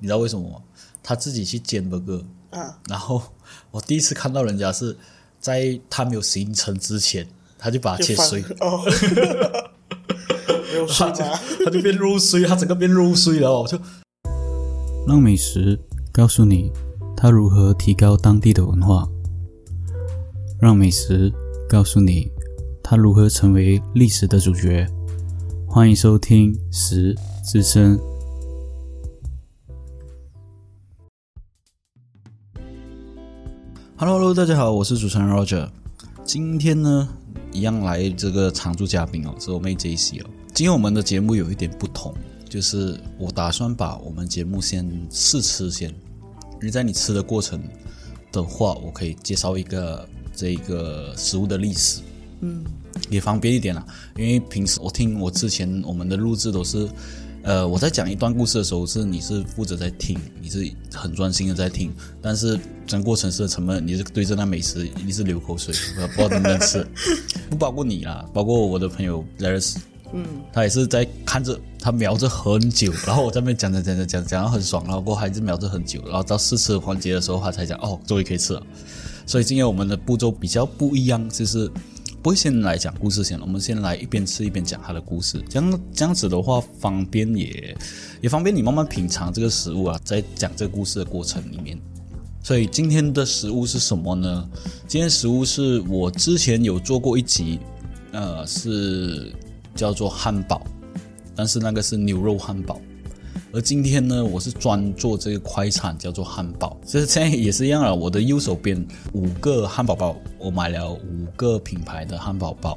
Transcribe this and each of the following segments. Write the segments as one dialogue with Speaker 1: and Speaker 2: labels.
Speaker 1: 你知道为什么吗？他自己去煎 burger，
Speaker 2: 啊，
Speaker 1: 然后我第一次看到人家是在他没有形成之前，他就把它
Speaker 2: 就
Speaker 1: 切
Speaker 2: 放
Speaker 1: 碎，
Speaker 2: 哦， 没有睡
Speaker 1: 他就
Speaker 2: 吗？
Speaker 1: 他就变入碎，他整个变入碎了，我就
Speaker 3: 让美食告诉你它如何提高当地的文化，让美食告诉你它如何成为历史的主角。欢迎收听《食之声》。
Speaker 1: Hello Hello，大家好，我是主持人 Roger。今天呢，一样来这个常驻嘉宾哦，是我妹 JC 哦。今天我们的节目有一点不同，就是我打算把我们节目先试吃先，因为在你吃的过程的话，我可以介绍一个这个食物的历史，嗯，也方便一点啦。因为平时我听我之前我们的录制都是，呃，我在讲一段故事的时候是你是负责在听，你是很专心的在听，但是整个过程是什么？你是对着那美食你是流口水，我不知道能不能吃， 不包括你啦，包括我的朋友 l a r i s 他也是在看着他瞄着很久，然后我在那边讲讲讲讲讲讲到很爽，然后过后还是瞄着很久，然后到试吃环节的时候，他才讲哦，终于可以吃了。所以今天我们的步骤比较不一样，就是不会先来讲故事先，我们先来一边吃一边讲他的故事，这样这样子的话方便也也方便你慢慢品尝这个食物啊，在讲这个故事的过程里面。所以今天的食物是什么呢？今天食物是我之前有做过一集，呃，是叫做汉堡，但是那个是牛肉汉堡。而今天呢，我是专做这个快餐，叫做汉堡。就是现在也是一样啊，我的右手边五个汉堡包，我买了五个品牌的汉堡包，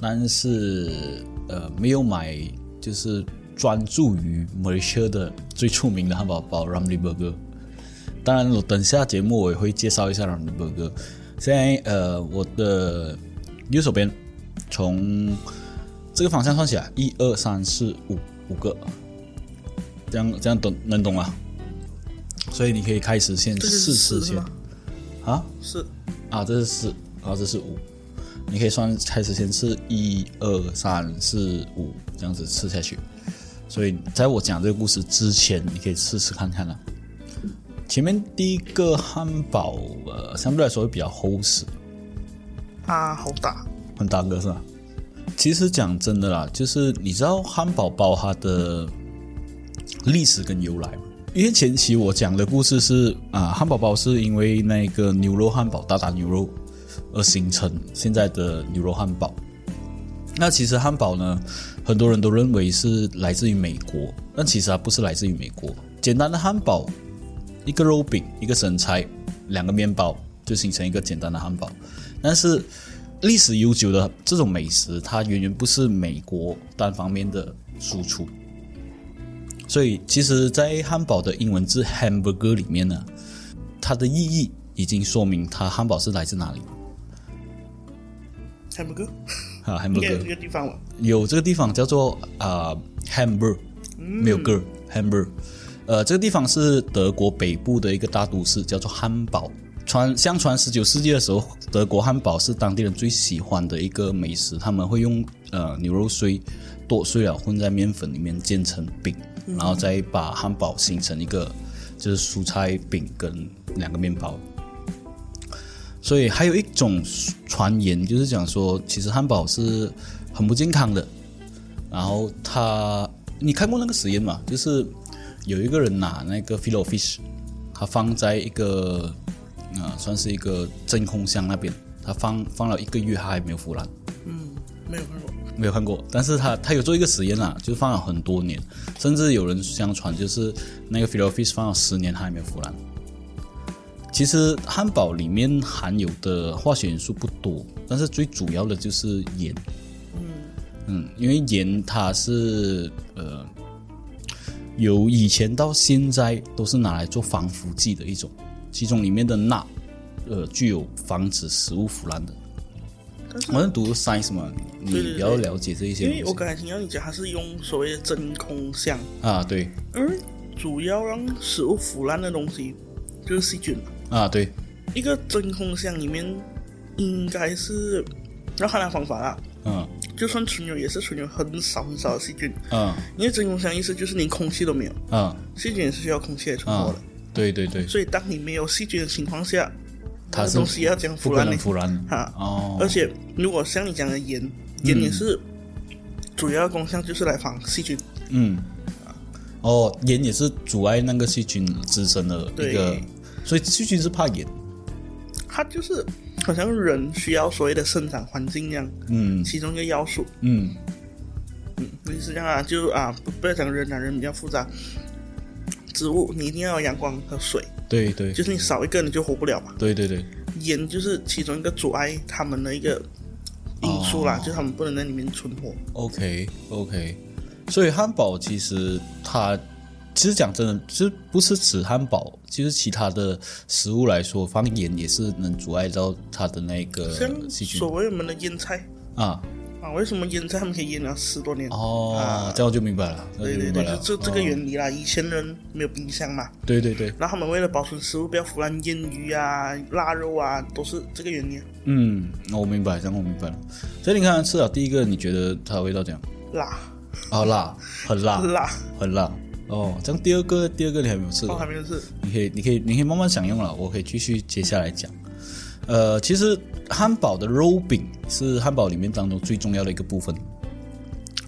Speaker 1: 但是呃没有买，就是专注于 m a l a y 的最出名的汉堡包 Ramly Burger。当然，我等下节目我也会介绍一下 Ramly Burger。现在呃，我的右手边从这个方向算起来，一二三四五五个，这样这样懂能懂吗？所以你可以开始先
Speaker 2: 这个
Speaker 1: 试吃
Speaker 2: 是四是
Speaker 1: 先
Speaker 2: 吗？
Speaker 1: 啊
Speaker 2: 是
Speaker 1: 啊，这是四，然后这是五，你可以算开始先是一二三四五这样子吃下去。所以在我讲这个故事之前，你可以试试看看了。前面第一个汉堡，呃，相对来说会比较厚实，
Speaker 2: 啊，好大，
Speaker 1: 很大个是吧？其实讲真的啦，就是你知道汉堡包它的历史跟由来吗？因为前期我讲的故事是啊、汉堡包是因为那个牛肉汉堡大打牛肉而形成现在的牛肉汉堡。那其实汉堡呢，很多人都认为是来自于美国，但其实它不是来自于美国。简单的汉堡，一个肉饼，一个生菜，两个面包，就形成一个简单的汉堡。但是历史悠久的这种美食，它远远不是美国单方面的输出。所以，其实，在汉堡的英文字 hamburger 里面呢，它的意义已经说明它汉堡是来自哪里
Speaker 2: 海姆哥，
Speaker 1: 啊
Speaker 2: 应该有这
Speaker 1: ，hamburger
Speaker 2: 个地方吧？
Speaker 1: 有这个地方叫做啊、hamburg，没有 girl hamburg，呃，这个地方是德国北部的一个大都市，叫做汉堡。传相传十九世纪的时候，德国汉堡是当地人最喜欢的一个美食，他们会用呃牛肉碎剁碎了混在面粉里面煎成饼，然后再把汉堡形成一个就是蔬菜饼跟两个面包。所以还有一种传言，就是讲说，其实汉堡是很不健康的。然后他，你看过那个实验嘛？就是有一个人拿那个 filet o fish，他放在一个啊、呃算是一个真空箱那边，他放放了一个月，他还没有腐烂。
Speaker 2: 没有看过，
Speaker 1: 没有看过，但是他他有做一个实验啦，就放了很多年，甚至有人相传就是那个 filet fish 放了十年它还没有腐烂。其实汉堡里面含有的化学元素不多，但是最主要的就是盐。嗯，因为盐它是呃，由以前到现在都是拿来做防腐剂的一种，其中里面的钠，呃，具有防止食物腐烂的。我是读 science 嘛，你
Speaker 2: 对对对
Speaker 1: 比较了解这一些
Speaker 2: 因
Speaker 1: 东西。
Speaker 2: 为我刚才听到你讲，它是用所谓的真空箱，
Speaker 1: 啊，对
Speaker 2: 而主要让食物腐烂的东西就是细菌嘛。
Speaker 1: 啊，对，
Speaker 2: 一个真空箱里面应该是要看它方法啦，
Speaker 1: 嗯
Speaker 2: 就算存有，也是存有很少很少的细菌。
Speaker 1: 嗯
Speaker 2: 因为真空箱意思就是连空气都没有，
Speaker 1: 嗯
Speaker 2: 细菌也是需要空气来存活
Speaker 1: 嗯
Speaker 2: 的。，
Speaker 1: 对对对，
Speaker 2: 所以当你没有细菌的情况下，
Speaker 1: 它
Speaker 2: 那
Speaker 1: 是
Speaker 2: 东西要讲
Speaker 1: 不
Speaker 2: 腐
Speaker 1: 可
Speaker 2: 烂
Speaker 1: 能
Speaker 2: 呢？
Speaker 1: 腐烂
Speaker 2: 哈
Speaker 1: 哦，
Speaker 2: 而且如果像你讲的盐，盐也是主要功效就是来防细菌。
Speaker 1: 嗯，哦，盐也是阻碍那个细菌滋生的一个
Speaker 2: 对，
Speaker 1: 所以细菌是怕盐，
Speaker 2: 它就是好像人需要所谓的生长环境一样，
Speaker 1: 嗯
Speaker 2: 其中一个要素。
Speaker 1: 嗯
Speaker 2: 嗯，类似这样啊，就啊，不不要讲人啊，人比较复杂。植物你一定要有阳光和水，
Speaker 1: 对对
Speaker 2: 就是你少一个你就活不了嘛。
Speaker 1: 对对对，
Speaker 2: 盐就是其中一个阻碍它们的一个因素
Speaker 1: 哦
Speaker 2: 啦，就它们不能在里面存活。
Speaker 1: OK OK，所以汉堡其实它其实讲真的，其实不是指汉堡，其实其他的食物来说，放盐也是能阻碍到它的那个
Speaker 2: 像
Speaker 1: 细菌
Speaker 2: 所谓我们的腌菜
Speaker 1: 啊。
Speaker 2: 啊，为什么腌菜他们可以腌了十多年？
Speaker 1: 哦，
Speaker 2: 啊
Speaker 1: 这样就明白了，这
Speaker 2: 对
Speaker 1: 样就
Speaker 2: 对
Speaker 1: 明白
Speaker 2: 对，
Speaker 1: 了
Speaker 2: 就。这这个
Speaker 1: 哦
Speaker 2: 原理啦。以前人没有冰箱嘛，
Speaker 1: 对对对，
Speaker 2: 然后他们为了保存食物不要腐烂，腌鱼啊、腊肉啊，都是这个原理啊。
Speaker 1: 嗯，我明白，这样我明白了。所以你看，吃了第一个，你觉得它的味道怎样？
Speaker 2: 辣
Speaker 1: 啊，辣，很 辣，
Speaker 2: 辣，
Speaker 1: 很辣。哦，这样第二个，第二个你还没有吃
Speaker 2: 我
Speaker 1: 过
Speaker 2: 还。没有吃。
Speaker 1: 你可以，你可以，你可以慢慢享用了。我可以继续接下来讲。呃，其实汉堡的肉饼是汉堡里面当中最重要的一个部分。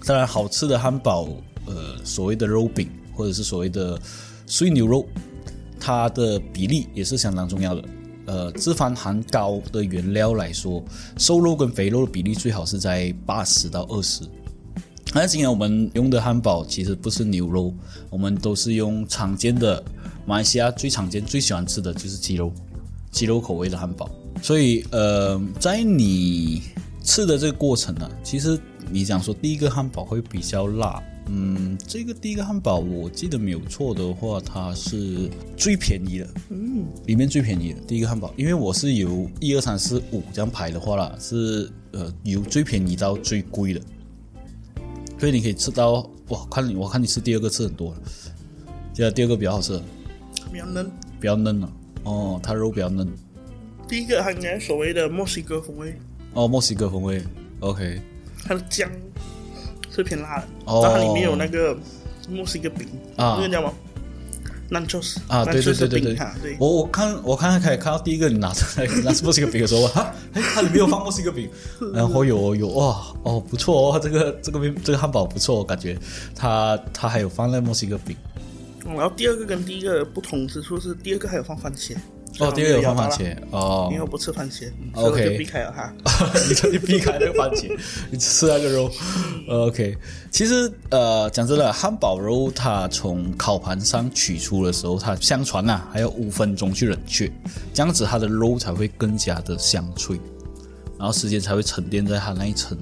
Speaker 1: 当然，好吃的汉堡，呃，所谓的肉饼或者是所谓的碎牛肉，它的比例也是相当重要的。呃，脂肪含高的原料来说，瘦肉跟肥肉的比例最好是在八十到二十。那今天我们用的汉堡其实不是牛肉，我们都是用常见的马来西亚最常见、最喜欢吃的就是鸡肉，鸡肉口味的汉堡。所以，呃，在你吃的这个过程呢、其实你讲说第一个汉堡会比较辣，嗯，这个第一个汉堡我记得没有错的话，它是最便宜的，
Speaker 2: 嗯，
Speaker 1: 里面最便宜的第一个汉堡，因为我是由一二三四五这样排的话啦，是呃由最便宜到最贵的，所以你可以吃到哇，看你我看你吃第二个吃很多了，这第二个比较好吃，
Speaker 2: 比较嫩。
Speaker 1: 比较嫩了、哦，它肉比较嫩
Speaker 2: 第一个它应该所谓的墨西哥风味，
Speaker 1: 哦，墨西哥风味，OK，
Speaker 2: 它的姜是偏辣的，
Speaker 1: 哦
Speaker 2: 然后它里面有那个墨西哥饼，
Speaker 1: 啊
Speaker 2: 那个叫什么？nachos
Speaker 1: 啊，对对
Speaker 2: nachos
Speaker 1: 对
Speaker 2: 的
Speaker 1: 对
Speaker 2: 饼
Speaker 1: 对
Speaker 2: 哈，对，
Speaker 1: 我我看我看看看到第一个你拿出来拿出墨西哥饼的时候，我哈，哎，它里面有放墨西哥饼，然后有有哇哦不错哦，这个 这个面这个汉堡不错，我感觉它它还有放那墨西哥饼，哦
Speaker 2: 然后第二个跟第一个不同之处是，第二个还有放番茄。
Speaker 1: 哦，第二个有放番
Speaker 2: 然后没有摇到啦，
Speaker 1: 茄哦
Speaker 2: 因为，我不吃番茄，嗯
Speaker 1: OK
Speaker 2: 所以我就避开了它。
Speaker 1: 你特地避开那个番茄，你只吃那个肉。呃 OK，其实呃，讲真的，汉堡肉它从烤盘上取出的时候，它相传呐、还要五分钟去冷却，这样子它的肉才会更加的香脆，然后时间才会沉淀在它那一层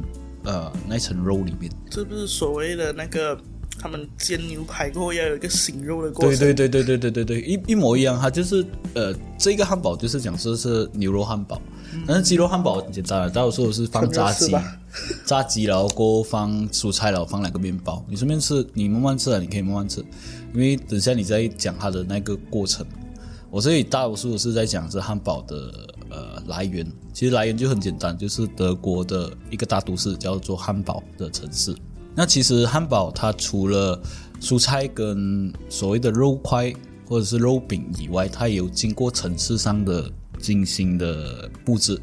Speaker 1: 呃那一层肉里面。
Speaker 2: 这不是所谓的那个他们煎牛排过后要有一个醒肉的过
Speaker 1: 对
Speaker 2: 程？
Speaker 1: 对对对对对对对，一一模一样，它就是呃，这个汉堡就是讲说是牛肉汉堡，但是鸡肉汉堡很简单啊了，大多数是放炸
Speaker 2: 可能是
Speaker 1: 鸡
Speaker 2: 吧，
Speaker 1: 炸鸡然后过后放蔬菜，然后放两个面包，你随便吃，你慢慢吃啊，你可以慢慢吃，因为等下你再讲它的那个过程。我这里大多数是在讲是汉堡的呃来源，其实来源就很简单，就是德国的一个大都市叫做汉堡的城市。那其实汉堡它除了蔬菜跟所谓的肉块或者是肉饼以外，它也有经过城市上的精心的布置，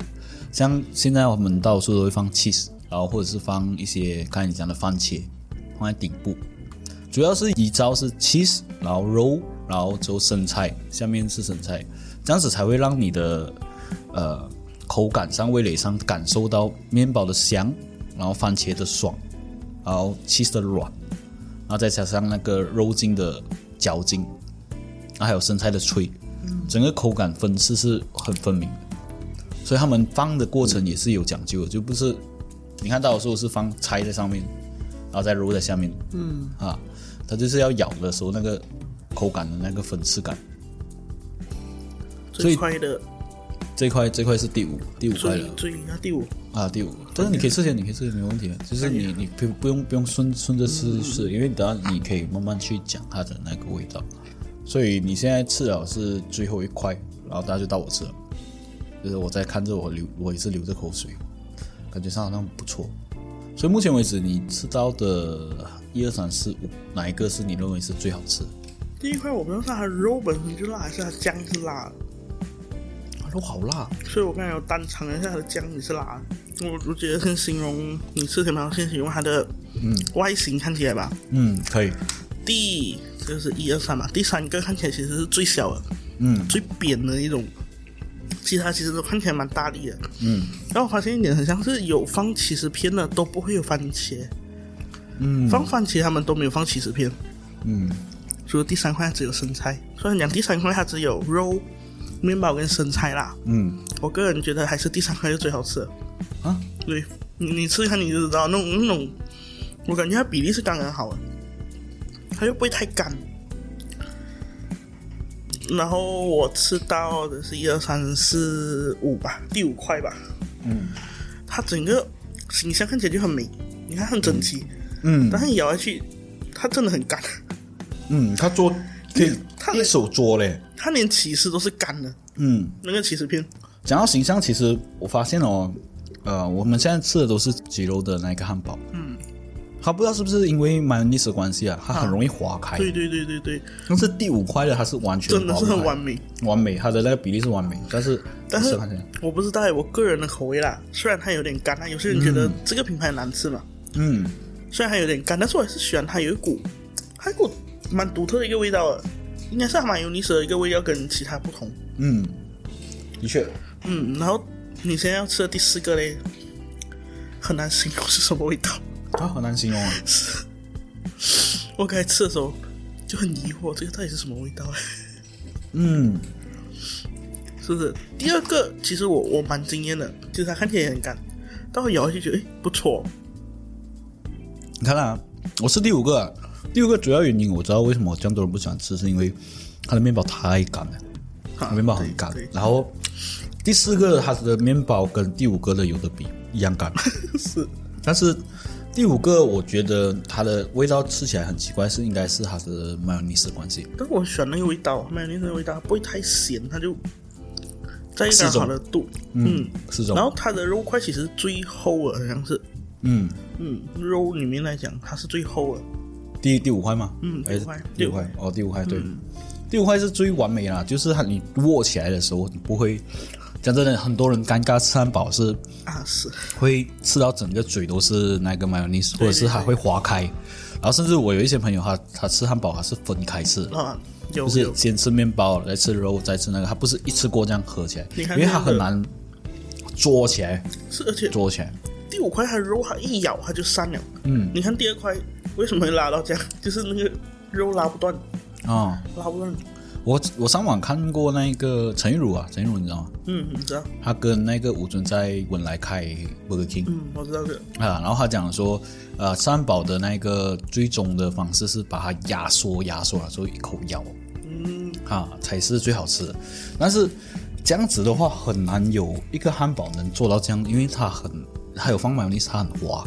Speaker 1: 像现在我们到处都会放 cheese，然后或者是放一些刚才你讲的番茄放在顶部，主要是以招是 cheese，然后肉，然后之后生菜，下面是生菜，这样子才会让你的呃口感上、味蕾上感受到面包的香，然后番茄的爽，然后 cheese 的软，然后再加上那个肉筋的嚼劲，然后还有生菜的脆，整个口感分次是很分明的。所以他们放的过程也是有讲究的，就不是你看到的时候是放拆在上面，然后再揉在下面，嗯啊，它就是要咬的时候那个口感的那个粉刺感。所以
Speaker 2: 最快的
Speaker 1: 这一块这一块是第五第五块
Speaker 2: 最
Speaker 1: 了
Speaker 2: 最那第五，
Speaker 1: 啊，第五。哎但是你可以吃前，你可以吃前没问题的，啊就是你你不不用不用顺顺着吃吃，因为等下你可以慢慢去讲它的那个味道。所以你现在吃了是最后一块，然后大家就到我吃了，就是我在看着我流，我也是流着口水，感觉上好像不错。所以目前为止，你吃到的一二三四五，哪一个是你认为是最好吃的？
Speaker 2: 第一块我不知道是它的肉本身就辣，还是它酱是辣的，
Speaker 1: 它肉好辣，
Speaker 2: 所以我刚才有单尝了一下它的酱也是辣的。我我觉得先形容你吃什么，先形容它的
Speaker 1: 嗯
Speaker 2: 外形看起来吧。
Speaker 1: 嗯，可以，
Speaker 2: 第这个是一二三嘛，第三个看起来其实是最小的、
Speaker 1: 嗯
Speaker 2: 最扁的一种，其他其实都看起来蛮大力的。
Speaker 1: 嗯
Speaker 2: 然后我发现一点，很像是有放起司片的都不会有番茄，
Speaker 1: 嗯
Speaker 2: 放番茄他们都没有放起司片。
Speaker 1: 嗯
Speaker 2: 除了第三块它只有生菜，虽然讲第三块它只有肉、面包跟生菜啦，
Speaker 1: 嗯
Speaker 2: 我个人觉得还是第三块是最好吃的。
Speaker 1: 啊，
Speaker 2: 对你，你吃一看你就知道，那种那种，我感觉它比例是刚刚好的，它又不会太干。然后我吃到的是一二三四五吧，第五块吧，
Speaker 1: 嗯
Speaker 2: 它整个形象看起来就很美，你看很整齐，
Speaker 1: 嗯
Speaker 2: 但是你咬下去，它真的很干，
Speaker 1: 嗯，他做可以
Speaker 2: 它
Speaker 1: 一手做嘞，
Speaker 2: 它连起司都是干的，
Speaker 1: 嗯。
Speaker 2: 那个起司片。
Speaker 1: 讲到形象，其实我发现哦，呃，我们现在吃的都是鸡肉的那个汉堡，
Speaker 2: 嗯，
Speaker 1: 它不知道是不是因为 mayonnaise 的关系啊，它很容易划开。
Speaker 2: 对对对对对，
Speaker 1: 但是第五块的它是完全
Speaker 2: 真的
Speaker 1: 划
Speaker 2: 是
Speaker 1: 不
Speaker 2: 很
Speaker 1: 开
Speaker 2: 完美。
Speaker 1: 完美，它的那个比例是完美，但是
Speaker 2: 但
Speaker 1: 是
Speaker 2: 是
Speaker 1: 发现
Speaker 2: 我不知道我个人的口味啦，虽然它有点干啊，有些人觉得这个品牌难吃嘛，
Speaker 1: 嗯
Speaker 2: 虽然它有点干，但是我还是喜欢它有一股，它有一股蛮独特的一个味道的，应该是马尤尼蛇的一个味道跟其他不同。
Speaker 1: 嗯，的确，
Speaker 2: 嗯，然后你现在要吃的第四个嘞，很难形容是什么味道。
Speaker 1: 它很难形容啊。
Speaker 2: 我刚才吃的时候就很疑惑，这个到底是什么味道、
Speaker 1: 嗯
Speaker 2: 是不是？第二个其实我我蛮惊艳的，就是它看起来也很干，但我咬下去觉得哎不错，
Speaker 1: 你看啊，我是第五个啊，第五个主要原因我知道为什么这样多人不喜欢吃，是因为它的面包太干了。
Speaker 2: 啊
Speaker 1: 面包很干
Speaker 2: 对，对
Speaker 1: 然后第四个它的面包跟第五个的有的比一样干，
Speaker 2: 是
Speaker 1: 但是第五个我觉得它的味道吃起来很奇怪，是应该是它的 mayonnaise 的关系。
Speaker 2: 但是我喜欢那个味道，麦丽那个味道它不会太咸，它就在一个
Speaker 1: 适
Speaker 2: 刚
Speaker 1: 中
Speaker 2: 好的度。嗯，
Speaker 1: 是这
Speaker 2: 然后
Speaker 1: 种，
Speaker 2: 它的肉块其实最厚的，好像是，
Speaker 1: 嗯，
Speaker 2: 嗯，肉里面来讲它是最厚的。
Speaker 1: 第第五块吗？
Speaker 2: 嗯
Speaker 1: 还是
Speaker 2: 第五嗯块
Speaker 1: 第五块，哦，第五块对，第五块是最完美啦，就是它你握起来的时候你不会，讲真的，很多人尴尬吃汉堡是
Speaker 2: 啊，是，
Speaker 1: 会吃到整个嘴都是那个 mayonnaise，或
Speaker 2: 对
Speaker 1: 者是它会划开，然后甚至我有一些朋友他他吃汉堡啊他是分开吃的。
Speaker 2: 啊，有
Speaker 1: 不是
Speaker 2: 有，
Speaker 1: 先吃面包，再吃肉，再吃那个，它不是一吃过这样合起来，
Speaker 2: 你
Speaker 1: 因
Speaker 2: 看
Speaker 1: 为它
Speaker 2: 那个
Speaker 1: 很难嘬起来，
Speaker 2: 是，而且
Speaker 1: 嘬起来。
Speaker 2: 第五块它肉它一咬它就散了。
Speaker 1: 嗯，
Speaker 2: 你看第二块为什么会拉到这样？就是那个肉拉不断，
Speaker 1: 哦，
Speaker 2: 拉不断。
Speaker 1: 我我上网看过那个陈玉茹啊，陈玉茹你知道吗？
Speaker 2: 嗯，你知道，
Speaker 1: 他跟那个吴尊在文莱开 Burger King，、
Speaker 2: 嗯，我知道这个，
Speaker 1: 啊，然后他讲说，呃，三宝的那个最终的方式是把它压缩、压缩了之后一口咬，
Speaker 2: 嗯，
Speaker 1: 啊，才是最好吃的。但是这样子的话，很难有一个汉堡能做到这样，因为它很，它有放 m a y o n n 它很滑，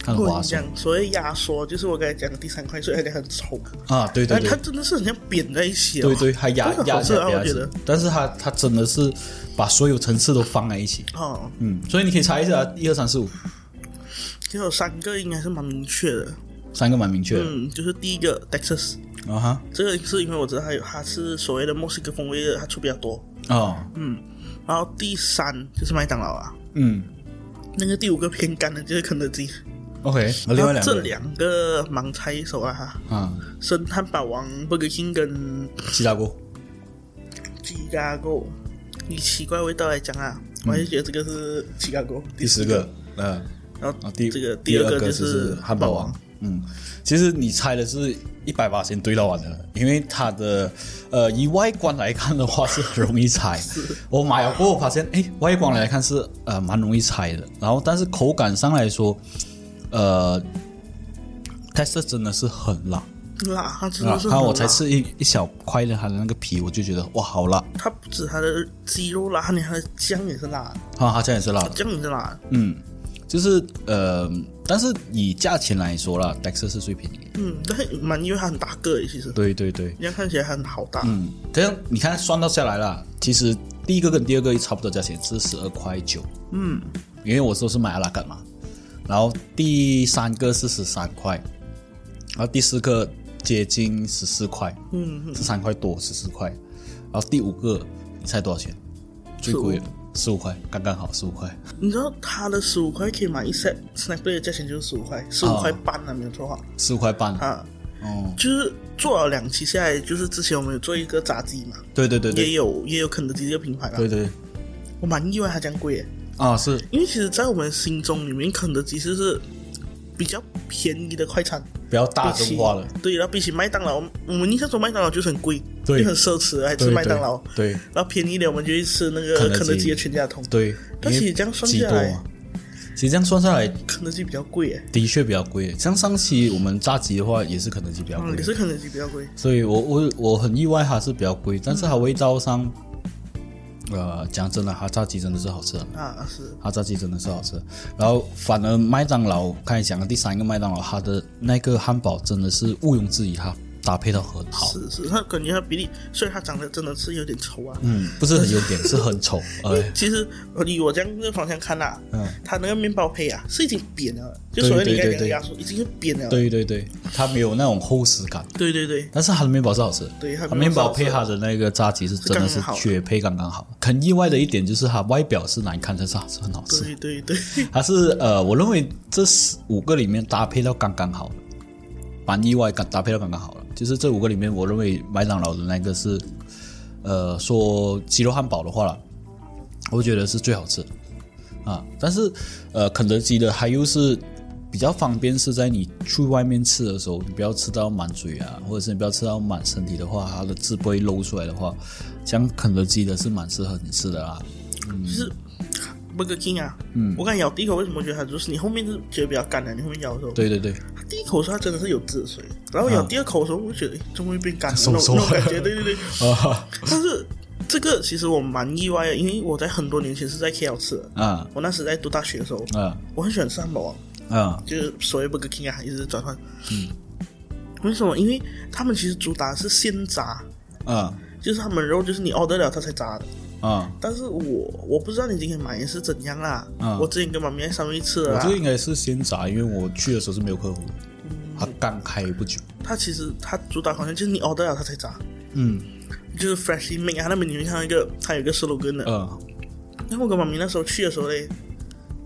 Speaker 1: 它很
Speaker 2: 我
Speaker 1: 滑
Speaker 2: 跟你
Speaker 1: 手
Speaker 2: 讲，所谓压缩就是我刚才讲的第三块，所以它很稠。
Speaker 1: 啊，对对
Speaker 2: 但哎它
Speaker 1: 对。
Speaker 2: 真的是很像扁在一起、哦。
Speaker 1: 对对，它压
Speaker 2: 这个
Speaker 1: 压
Speaker 2: 好
Speaker 1: 起
Speaker 2: 吃
Speaker 1: 来
Speaker 2: 啊，
Speaker 1: 给它
Speaker 2: 我觉得
Speaker 1: 吃。，但是它它真的是把所有层次都放在一起，
Speaker 2: 哦，
Speaker 1: 嗯，所以你可以猜一下，一二三四五，
Speaker 2: 只有三个应该是蛮明确的。
Speaker 1: 三个蛮明确的，
Speaker 2: 嗯，就是第一个 Texas，
Speaker 1: 啊哈，
Speaker 2: 这个是因为我知道它有它是所谓的墨西哥风味的，它出比较多。
Speaker 1: 哦，
Speaker 2: 嗯，然后第三就是麦当劳啊，
Speaker 1: 嗯
Speaker 2: 那个第五个偏干的就是肯德基。
Speaker 1: ，OK，那另外
Speaker 2: 然
Speaker 1: 两个
Speaker 2: 后这两个盲猜手啊，
Speaker 1: 啊，
Speaker 2: 生汉堡王 Burger King 跟
Speaker 1: 其他锅，
Speaker 2: 芝加哥，以奇怪味道来讲啊，我还是觉得这个是芝加哥
Speaker 1: 嗯第十个，嗯、
Speaker 2: 然后
Speaker 1: 啊，第
Speaker 2: 这个
Speaker 1: 第
Speaker 2: 二
Speaker 1: 个
Speaker 2: 就
Speaker 1: 就是汉
Speaker 2: 堡
Speaker 1: 堡王。嗯，其实你猜的是一百八先对到完的，因为它的呃以外观来看的话是很容易 猜。我买了过后发现，哎，外观来看是呃蛮容易猜的，然后但是口感上来说，呃。但是真的是很辣
Speaker 2: 辣，它真
Speaker 1: 啊！
Speaker 2: 的
Speaker 1: 然
Speaker 2: 是
Speaker 1: 后
Speaker 2: 很
Speaker 1: 我才
Speaker 2: 辣
Speaker 1: 吃一一小块的它的那个皮，我就觉得哇，好辣！
Speaker 2: 它不止它的鸡肉辣，它连它的酱也是辣的，
Speaker 1: 啊，它这样也是辣的。
Speaker 2: 酱也是辣的。
Speaker 1: 嗯，就是呃，但是以价钱来说啦，Texas 是最便宜的。
Speaker 2: 嗯，但是蛮因为它很大个诶，欸其实
Speaker 1: 对对对，
Speaker 2: 你看看起来很好大。
Speaker 1: 嗯，这样你看算到下来啦，其实第一个跟第二个差不多价钱是十二块九，
Speaker 2: 嗯，
Speaker 1: 因为我说是买阿拉干嘛，然后第三个是十三块，然后第四个接近十四块，
Speaker 2: 嗯，嗯
Speaker 1: 十三块多，十四块，然后第五个你猜多少钱？最贵的十五块，刚刚好十五块。
Speaker 2: 你知道它的十五块可以买一 set sniper 的价钱就是十五块，十五
Speaker 1: 哦
Speaker 2: 块半啊，没有错话
Speaker 1: 十五块半了。
Speaker 2: 啊。
Speaker 1: 哦，
Speaker 2: 就是做了两期下来，就是之前我们有做一个炸鸡嘛，
Speaker 1: 对对对
Speaker 2: 也
Speaker 1: 对
Speaker 2: 有也有肯德基这个品牌嘛，
Speaker 1: 对对
Speaker 2: 我蛮意外它这样贵耶，
Speaker 1: 啊，是
Speaker 2: 因为其实，在我们心中里面，肯德基是是比较便宜的快餐，
Speaker 1: 比较大
Speaker 2: 比
Speaker 1: 众
Speaker 2: 起
Speaker 1: 化了。
Speaker 2: 对，然后比起麦当劳，我们印象中麦当劳就是很贵，
Speaker 1: 对
Speaker 2: 就很奢侈，还吃
Speaker 1: 对
Speaker 2: 麦当劳。
Speaker 1: 对
Speaker 2: 然后便宜一点，我们就去吃那
Speaker 1: 肯德基
Speaker 2: 个肯德基的全家桶。
Speaker 1: 对，
Speaker 2: 但
Speaker 1: 因
Speaker 2: 其
Speaker 1: 为
Speaker 2: 实这样算
Speaker 1: 鸡
Speaker 2: 下
Speaker 1: 多
Speaker 2: 来
Speaker 1: 嘛，其实这样算下来
Speaker 2: 肯德基比较贵耶，
Speaker 1: 的确比较贵。像上期我们炸鸡的话，也是肯德基比较
Speaker 2: 嗯，
Speaker 1: 贵
Speaker 2: 也，是肯德基比较贵。
Speaker 1: 所以我我我很意外它是比较贵，但是它味道上，呃，讲真的，它炸鸡真的是好吃的。
Speaker 2: 啊，是
Speaker 1: 它炸鸡真的是好吃。然后反而麦当劳刚才讲的第三个麦当劳，它的那个汉堡真的是毋庸置疑，它搭配的很好。
Speaker 2: 是是，它感觉它比例，虽然它长得真的是有点丑啊。
Speaker 1: 嗯，不是很有点，是很丑。哎，
Speaker 2: 其实呃以我这样的方向看啦、
Speaker 1: 嗯，
Speaker 2: 它那个面包胚啊是已经扁了，就
Speaker 1: 对
Speaker 2: 所谓你
Speaker 1: 对
Speaker 2: 刚
Speaker 1: 对
Speaker 2: 才讲的
Speaker 1: 对
Speaker 2: 压缩已经是扁了。
Speaker 1: 对对对，它没有那种厚实感，
Speaker 2: 对对对
Speaker 1: 但是它的面包是好吃的。
Speaker 2: 对它
Speaker 1: 它
Speaker 2: 的
Speaker 1: 啊面
Speaker 2: 面
Speaker 1: 包
Speaker 2: 包
Speaker 1: 配它的那个炸鸡是真的是
Speaker 2: 是刚刚好
Speaker 1: 绝配，刚刚好。很意外的一点就是它外表是难看，但是它是很好吃。
Speaker 2: 对对对，
Speaker 1: 它是呃，我认为这十五个里面搭配到刚刚好的，蛮意外，刚搭配到刚刚好了。就是这五个里面，我认为麦当劳的那个是，呃，说鸡肉汉堡的话啦，我觉得是最好吃的啊。但是呃，肯德基的它又是比较方便，是在你去外面吃的时候，你不要吃到满嘴啊，或者是你不要吃到满身体的话，它的汁不会漏出来的话，像肯德基的是蛮适合你吃的啦。
Speaker 2: 就是 Burger King 啊，嗯，我刚咬第一口为什么觉得它就是你后面是觉得比较干的，你后面咬的时候，
Speaker 1: 对对对，
Speaker 2: 它第一口的时候它真的是有汁水，然后咬第二口的时候，我 就觉得诶怎么会变干了，
Speaker 1: 收
Speaker 2: 那
Speaker 1: 缩
Speaker 2: 种那种感觉，对对对。
Speaker 1: 啊
Speaker 2: 但是这个其实我蛮意外的，因为我在很多年前是在 KL 吃的，
Speaker 1: 啊
Speaker 2: 我那时在读大学的时候，
Speaker 1: 啊
Speaker 2: 我很喜欢吃汉堡王，
Speaker 1: 啊！
Speaker 2: 就是所谓 Burger King 啊，一直转换。
Speaker 1: 嗯
Speaker 2: 为什么？因为他们其实主打的是现炸，
Speaker 1: 啊
Speaker 2: 就是他们肉就是你 order 了它才炸的。
Speaker 1: 啊！
Speaker 2: 但是我我不知道你今天买的是怎样啦。
Speaker 1: 嗯
Speaker 2: 我之前跟妈咪在上面吃啊了
Speaker 1: 我
Speaker 2: 啦
Speaker 1: 这。个应该是先炸，因为我去的时候是没有客户，他刚开不久。
Speaker 2: 它其实它主打好像就是你 order 了它才炸，
Speaker 1: 嗯
Speaker 2: 就是 freshly made 啊。它那边你会看到一个，它有一个 slogan 的。
Speaker 1: 呃
Speaker 2: 然后我跟妈咪那时候去的时候嘞，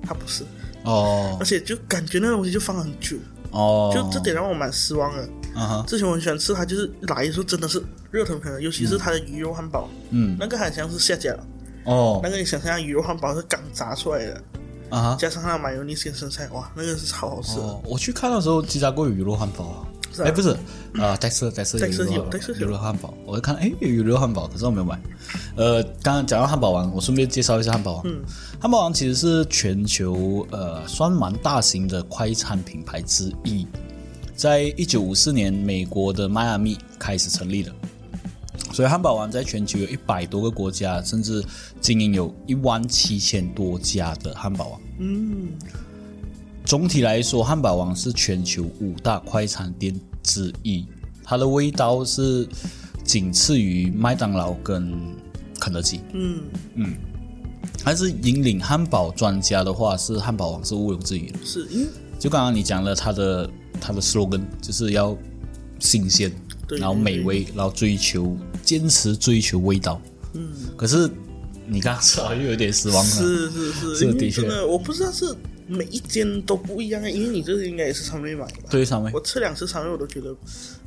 Speaker 2: 它不是，
Speaker 1: 哦
Speaker 2: 而且就感觉那个东西就放很久，
Speaker 1: 哦，
Speaker 2: 就这点让我蛮失望的。
Speaker 1: 啊哈
Speaker 2: 之前我很喜欢吃它，就是来的时候真的是热腾腾的，尤其是它的鱼肉汉堡，
Speaker 1: 嗯
Speaker 2: 那个好像是下架了。
Speaker 1: 哦
Speaker 2: 那个你想象鱼肉汉堡是刚炸出来的，
Speaker 1: 啊哈
Speaker 2: 加上它的马油尼跟生菜，哇，那个是超好吃的。
Speaker 1: 哦，我去看的时候，芝加哥有鱼肉汉堡啊。
Speaker 2: 是啊
Speaker 1: 哎，不是，啊，泰式泰式
Speaker 2: 泰式
Speaker 1: 有
Speaker 2: 有泰式有
Speaker 1: 鱼肉汉堡，我就看，哎，有鱼肉汉堡，可是我没有买。呃，刚刚讲到汉堡王，我顺便介绍一下汉堡王。
Speaker 2: 嗯
Speaker 1: 汉堡王其实是全球呃算蛮大型的快餐品牌之一，在一九五四年美国的迈阿密开始成立的。所以汉堡王在全球有一百多个国家，甚至经营有一万七千多家的汉堡王。
Speaker 2: 嗯，
Speaker 1: 总体来说，汉堡王是全球五大快餐店之一，它的味道是仅次于麦当劳跟肯德基。
Speaker 2: 嗯，
Speaker 1: 但是引领汉堡专家的话，是汉堡王是毋庸置疑的。
Speaker 2: 是嗯因为
Speaker 1: 就刚刚你讲了它的它的 slogan 就是要新鲜，
Speaker 2: 对
Speaker 1: 然后美味，然后追求坚持追求味道。嗯，可是你刚刚吃好像又有点失望了。
Speaker 2: 是是是，
Speaker 1: 是
Speaker 2: 因为
Speaker 1: 的确
Speaker 2: 真的我不知道是每一间都不一样，啊因为你这个应该也是常瑞买的吧？
Speaker 1: 对上位
Speaker 2: 我吃两次常瑞我都觉得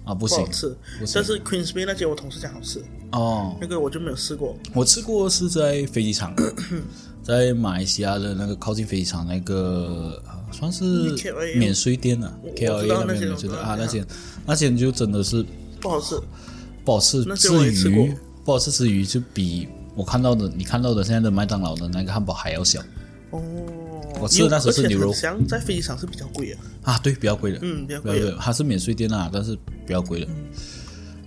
Speaker 1: 啊，不
Speaker 2: 不
Speaker 1: 行
Speaker 2: 好吃
Speaker 1: 不行，
Speaker 2: 但是 Queen's Bay 那间我同事讲好吃，
Speaker 1: 哦，
Speaker 2: 那个我就没有试过。
Speaker 1: 我吃过是在飞机场， 在马来西亚的那个靠近飞机场那个、呃算是
Speaker 2: KLA
Speaker 1: 免税店啊
Speaker 2: 我我
Speaker 1: ，KLA
Speaker 2: 知道
Speaker 1: 那
Speaker 2: 那
Speaker 1: 边
Speaker 2: 些
Speaker 1: 免税店
Speaker 2: 我知道
Speaker 1: 啊，那
Speaker 2: 那些
Speaker 1: 间那间就真的是
Speaker 2: 不好吃，
Speaker 1: 不好吃
Speaker 2: 那些我
Speaker 1: 之
Speaker 2: 也吃过
Speaker 1: 余，不好吃之余就比我看到的你看到的现在的麦当劳的那个汉堡还要小
Speaker 2: 哦，
Speaker 1: 我吃的那时候是牛肉
Speaker 2: 而且很香在飞机场是比较贵的，
Speaker 1: 啊，对，比较贵的，
Speaker 2: 嗯，比较
Speaker 1: 不要
Speaker 2: 贵
Speaker 1: 贵
Speaker 2: 的。
Speaker 1: 的，它是免税店啊，但是比较贵的。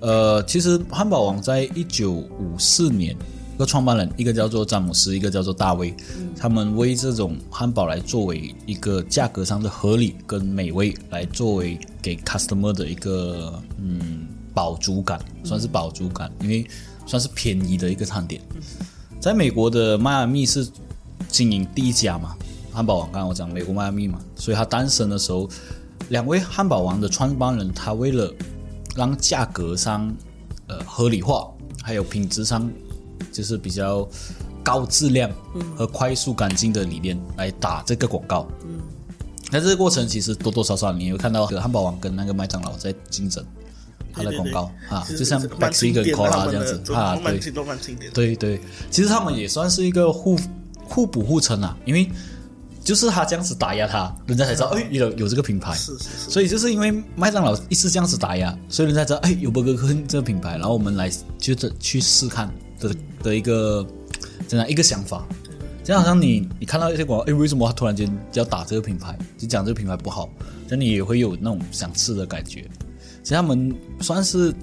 Speaker 1: 呃，其实汉堡王在一九五四年，一个创办人，一个叫做詹姆斯，一个叫做大卫，
Speaker 2: 嗯
Speaker 1: 他们为这种汉堡来作为一个价格上的合理跟美味，来作为给 customer 的一个嗯饱足感，算是饱足感，因为算是便宜的一个餐点。在美国的迈阿密是经营第一家嘛，汉堡王，刚刚我讲美国迈阿密嘛，所以它诞生的时候，两位汉堡王的创办人，他为了让价格上呃合理化，还有品质上就是比较高质量和快速干净的理念来打这个广告。嗯，那这个过程其实多多少少你会看到汉堡王跟那个麦当劳在竞争。它的广告啊，
Speaker 2: 其实
Speaker 1: 就像
Speaker 2: 是
Speaker 1: b a
Speaker 2: 蛮
Speaker 1: c k t
Speaker 2: 经
Speaker 1: 跟
Speaker 2: 典
Speaker 1: c o
Speaker 2: 的
Speaker 1: l
Speaker 2: 他
Speaker 1: a
Speaker 2: 们
Speaker 1: 这样
Speaker 2: 的，
Speaker 1: 子
Speaker 2: 都
Speaker 1: 啊，
Speaker 2: 蛮
Speaker 1: 对，
Speaker 2: 经都蛮经典的。
Speaker 1: 对对，其实他们也算是一个互互补互撑啊，因为就是他这样子打压他，人家才知道哎有有这个品牌，
Speaker 2: 是是是，
Speaker 1: 所以就是因为麦当劳一直这样子打压，所以人家知道哎有 Burger King 这个品牌，然后我们来就这去试看的的一个怎样一个想法。就好像你你看到一些广告，哎，为什么他突然间要打这个品牌？就讲这个品牌不好，但你也会有那种想吃的感觉。其实他们算是，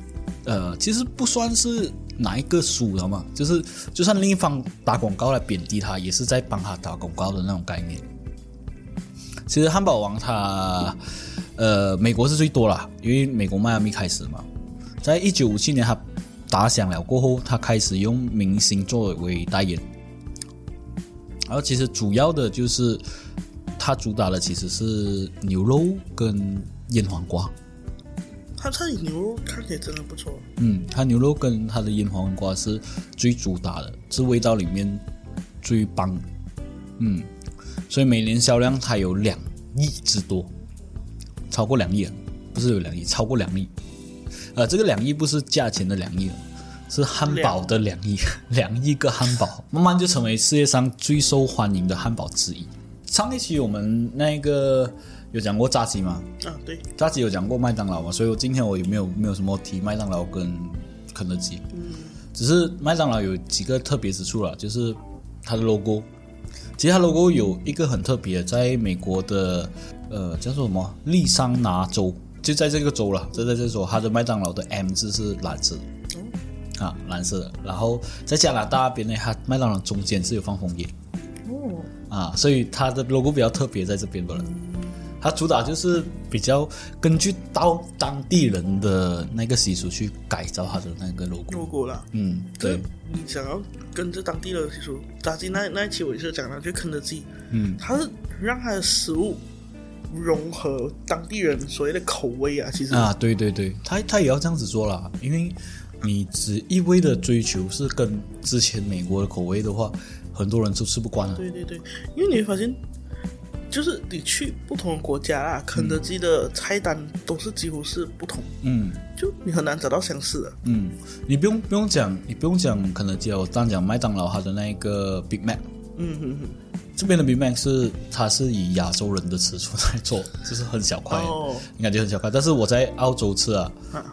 Speaker 1: 呃，其实不算是哪一个输了嘛，就是就算另一方打广告来贬低他，也是在帮他打广告的那种概念。其实汉堡王它，呃，美国是最多啦，因为美国迈阿密开始嘛，在一九五七年它打响了过后，它开始用明星作为代言，然后其实主要的就是它主打的其实是牛肉跟腌黄瓜，
Speaker 2: 他他牛肉看起来真的不错，
Speaker 1: 嗯，它牛肉跟它的腌黄瓜是最主打的，是味道里面最棒，嗯，所以每年销量它有两亿之多，超过两亿了，不是有两亿，超过两亿，呃，这个两亿不是价钱的两亿了，是汉堡的两亿，两亿个汉堡，慢慢就成为世界上最受欢迎的汉堡之一。上一期我们那个有讲过炸鸡吗？
Speaker 2: 啊，对，
Speaker 1: 扎吉有讲过麦当劳嘛，所以我今天我也没有没有什么提麦当劳跟肯德基，嗯只是麦当劳有几个特别之处啦，就是它的 logo，其实它 logo 有一个很特别，在美国的呃叫做什么利桑那州，就在这个州啦，就在这州，它的麦当劳的 M 字是蓝色的。啊，蓝色的。然后在加拿大那边呢，它麦当劳中间是有放枫叶，
Speaker 2: 哦，
Speaker 1: 啊，所以它的 logo 比较特别在这边吧。它主打就是比较根据到当地人的那个习俗去改造它的那个 logo。
Speaker 2: 肉果啦。
Speaker 1: 嗯，对，，
Speaker 2: 你想要跟着当地的习俗，炸鸡那那一期我也是讲了，就肯德基，
Speaker 1: 嗯，
Speaker 2: 它是让它的食物融合当地人所谓的口味啊，其实
Speaker 1: 啊，对对对，它它也要这样子做啦，因为你只一味的追求是跟之前美国的口味的话，很多人都吃不惯了。
Speaker 2: 对对对，因为你会发现，就是你去不同的国家啊，肯德基的菜单都是几乎是不同，
Speaker 1: 嗯
Speaker 2: 就你很难找到相似的。
Speaker 1: 嗯，你不用不用讲，你不用讲肯德基啊，我单讲麦当劳它的那个 Big Mac，
Speaker 2: 嗯哼哼，
Speaker 1: 这边的 Big Mac 是它是以亚洲人的尺寸来做， 就是很小块，
Speaker 2: 哦
Speaker 1: 你感觉很小块。但是我在澳洲吃啊，
Speaker 2: 啊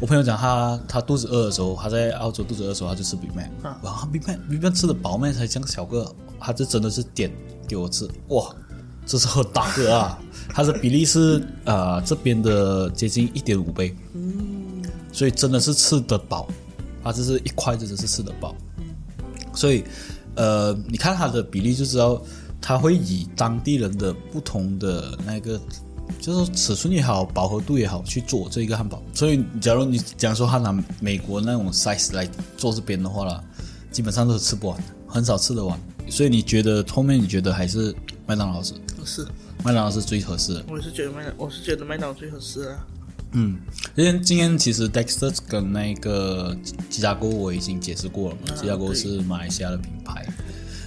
Speaker 1: 我朋友讲他他肚子饿的时候，他在澳洲肚子饿的时候，他就吃 Big Mac，
Speaker 2: 啊
Speaker 1: 哇、后 Big Mac Big Mac 吃的饱面才这样小个，他就真的是点给我吃，哇，这是很大个啊！ 它的比例是呃这边的接近一点五倍，嗯，所以真的是吃得饱，它这是一块真的是吃得饱。所以，呃，你看它的比例就知道，它会以当地人的不同的那个，就是尺寸也好，饱和度也好去做这一个汉堡。所以，假如你讲说他拿美国那种 size 来做这边的话啦，基本上都是吃不完的，很少吃得完。所以你觉得后面你觉得还是麦当劳是
Speaker 2: 是，
Speaker 1: 麦当劳是最合适的？
Speaker 2: 我也是觉得麦当，我是觉得麦当劳最合适啊。
Speaker 1: 嗯，因为今天其实 Dexter 跟那个吉加哥我已经解释过了嘛，吉加哥
Speaker 2: 对
Speaker 1: 是马来西亚的品牌。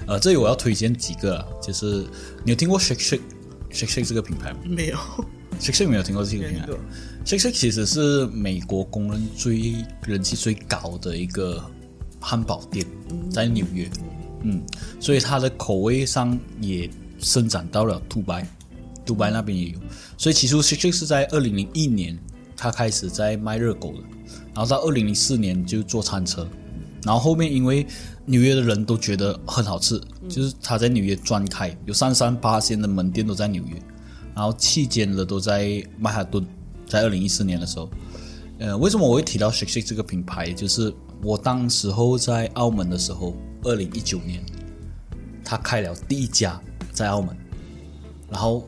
Speaker 1: 呃，这里我要推荐几个啊，就是你有听过 Shake Shake Shake Shake 这个品牌吗
Speaker 2: 没有，
Speaker 1: ？Shake Shake 没有听过这个
Speaker 2: 没
Speaker 1: 品
Speaker 2: 有
Speaker 1: 牌。Shake Shake 其实是美国公认最人气最高的一个汉堡店，在纽约。嗯，所以它的口味上也伸展到了杜拜，杜拜那边也有。所以起初 Shake Shake 是在二零零一年，它开始在卖热狗的，然后到二零零四年就做餐车，然后后面因为纽约的人都觉得很好吃，就是它在纽约专开，有三三八线的门店都在纽约，然后期间的都在曼哈顿，在二零一四年的时候，呃，为什么我会提到 Shake Shake 这个品牌？就是我当时候在澳门的时候，二零一九年，他开了第一家在澳门，然后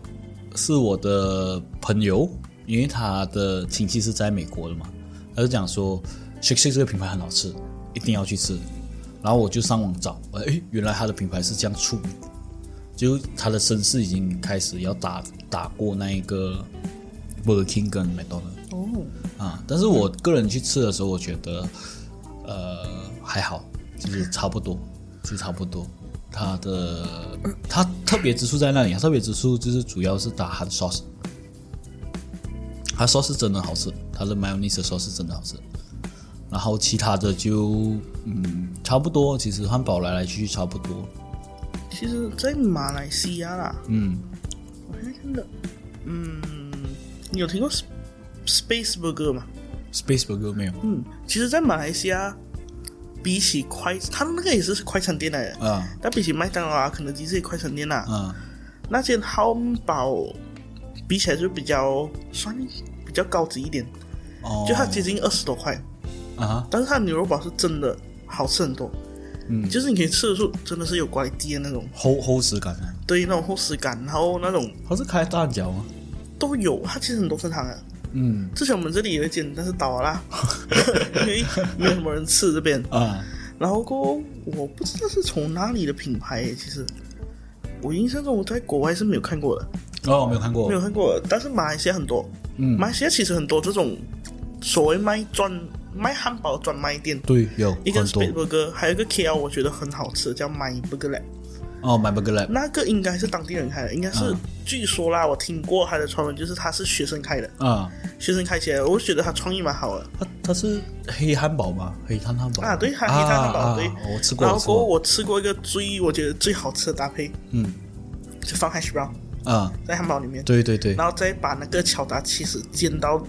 Speaker 1: 是我的朋友，因为他的亲戚是在美国的嘛，他就讲说 Shake Shake 这个品牌很好吃，一定要去吃。然后我就上网找，哎，原来他的品牌是这样出名，就他的身世已经开始要打打过那一个 Burger King 跟 McDonald
Speaker 2: 哦，
Speaker 1: 啊，但是我个人去吃的时候，我觉得呃还好，就是差不多，就差不多。它的它特别之处在那里，它特别之处就是主要是打韩 sauce，它 sauce 是真的好吃，它的 mayonnaise sauce 是真的好吃。然后其他的就嗯差不多，其实汉堡来来去去差不多，
Speaker 2: 其实，在马来西亚啦，
Speaker 1: 嗯，
Speaker 2: 我还真的，嗯，你有听过 Sp- Space Burger 吗？
Speaker 1: Space Burger 没有？
Speaker 2: 嗯，其实，在马来西亚，比起快，它那个也是快餐店来的，
Speaker 1: 啊
Speaker 2: 但比起麦当劳啊、肯德基这些快餐店啊，
Speaker 1: 啊
Speaker 2: 那间汉堡比起来就比较算比较高级一点，
Speaker 1: 哦，
Speaker 2: 就它接近二十多块，
Speaker 1: 啊哈
Speaker 2: 但是它的牛肉堡是真的好吃很多，
Speaker 1: 嗯，
Speaker 2: 就是你可以吃得出真的是有乖爹那种，
Speaker 1: 厚厚实感啊，
Speaker 2: 对那种厚实感，然后那种
Speaker 1: 它是开啊蛋饺吗？
Speaker 2: 都有，它其实很多分行的。
Speaker 1: 嗯
Speaker 2: 之前我们这里有一间，但是倒了啦， 因为没有什么人吃这边。
Speaker 1: 啊
Speaker 2: 然后过后我不知道是从哪里的品牌耶，其实我印象中我在国外是没有看过的，
Speaker 1: 哦，我没有看过
Speaker 2: 没有看过的。但是马来西亚很多，
Speaker 1: 嗯
Speaker 2: 马来西亚其实很多这种所谓卖专卖汉堡专卖店，
Speaker 1: 对，有
Speaker 2: 一个
Speaker 1: 很
Speaker 2: Space
Speaker 1: 多
Speaker 2: Burger，还有一个 KL，我觉得很好吃，叫 My Burger Lab。
Speaker 1: 哦，买 burger lab
Speaker 2: 那个应该是当地人开的，应该是、
Speaker 1: 嗯
Speaker 2: 据说啦，我听过他的传闻，就是他是学生开的，
Speaker 1: 啊，
Speaker 2: 学生开起来，我就觉得他创意蛮好的。
Speaker 1: 它它是黑汉堡嘛，黑炭汉堡
Speaker 2: 啊，对，哈黑炭汉堡，
Speaker 1: 啊
Speaker 2: 对
Speaker 1: 啊，我吃过，我吃
Speaker 2: 然后过后
Speaker 1: 过，
Speaker 2: 我吃过一个最我觉得最好吃的搭配，
Speaker 1: 嗯
Speaker 2: 就放 hash brown
Speaker 1: 啊，
Speaker 2: 在汉堡里面，
Speaker 1: 对对对，
Speaker 2: 然后再把那个巧达起司煎到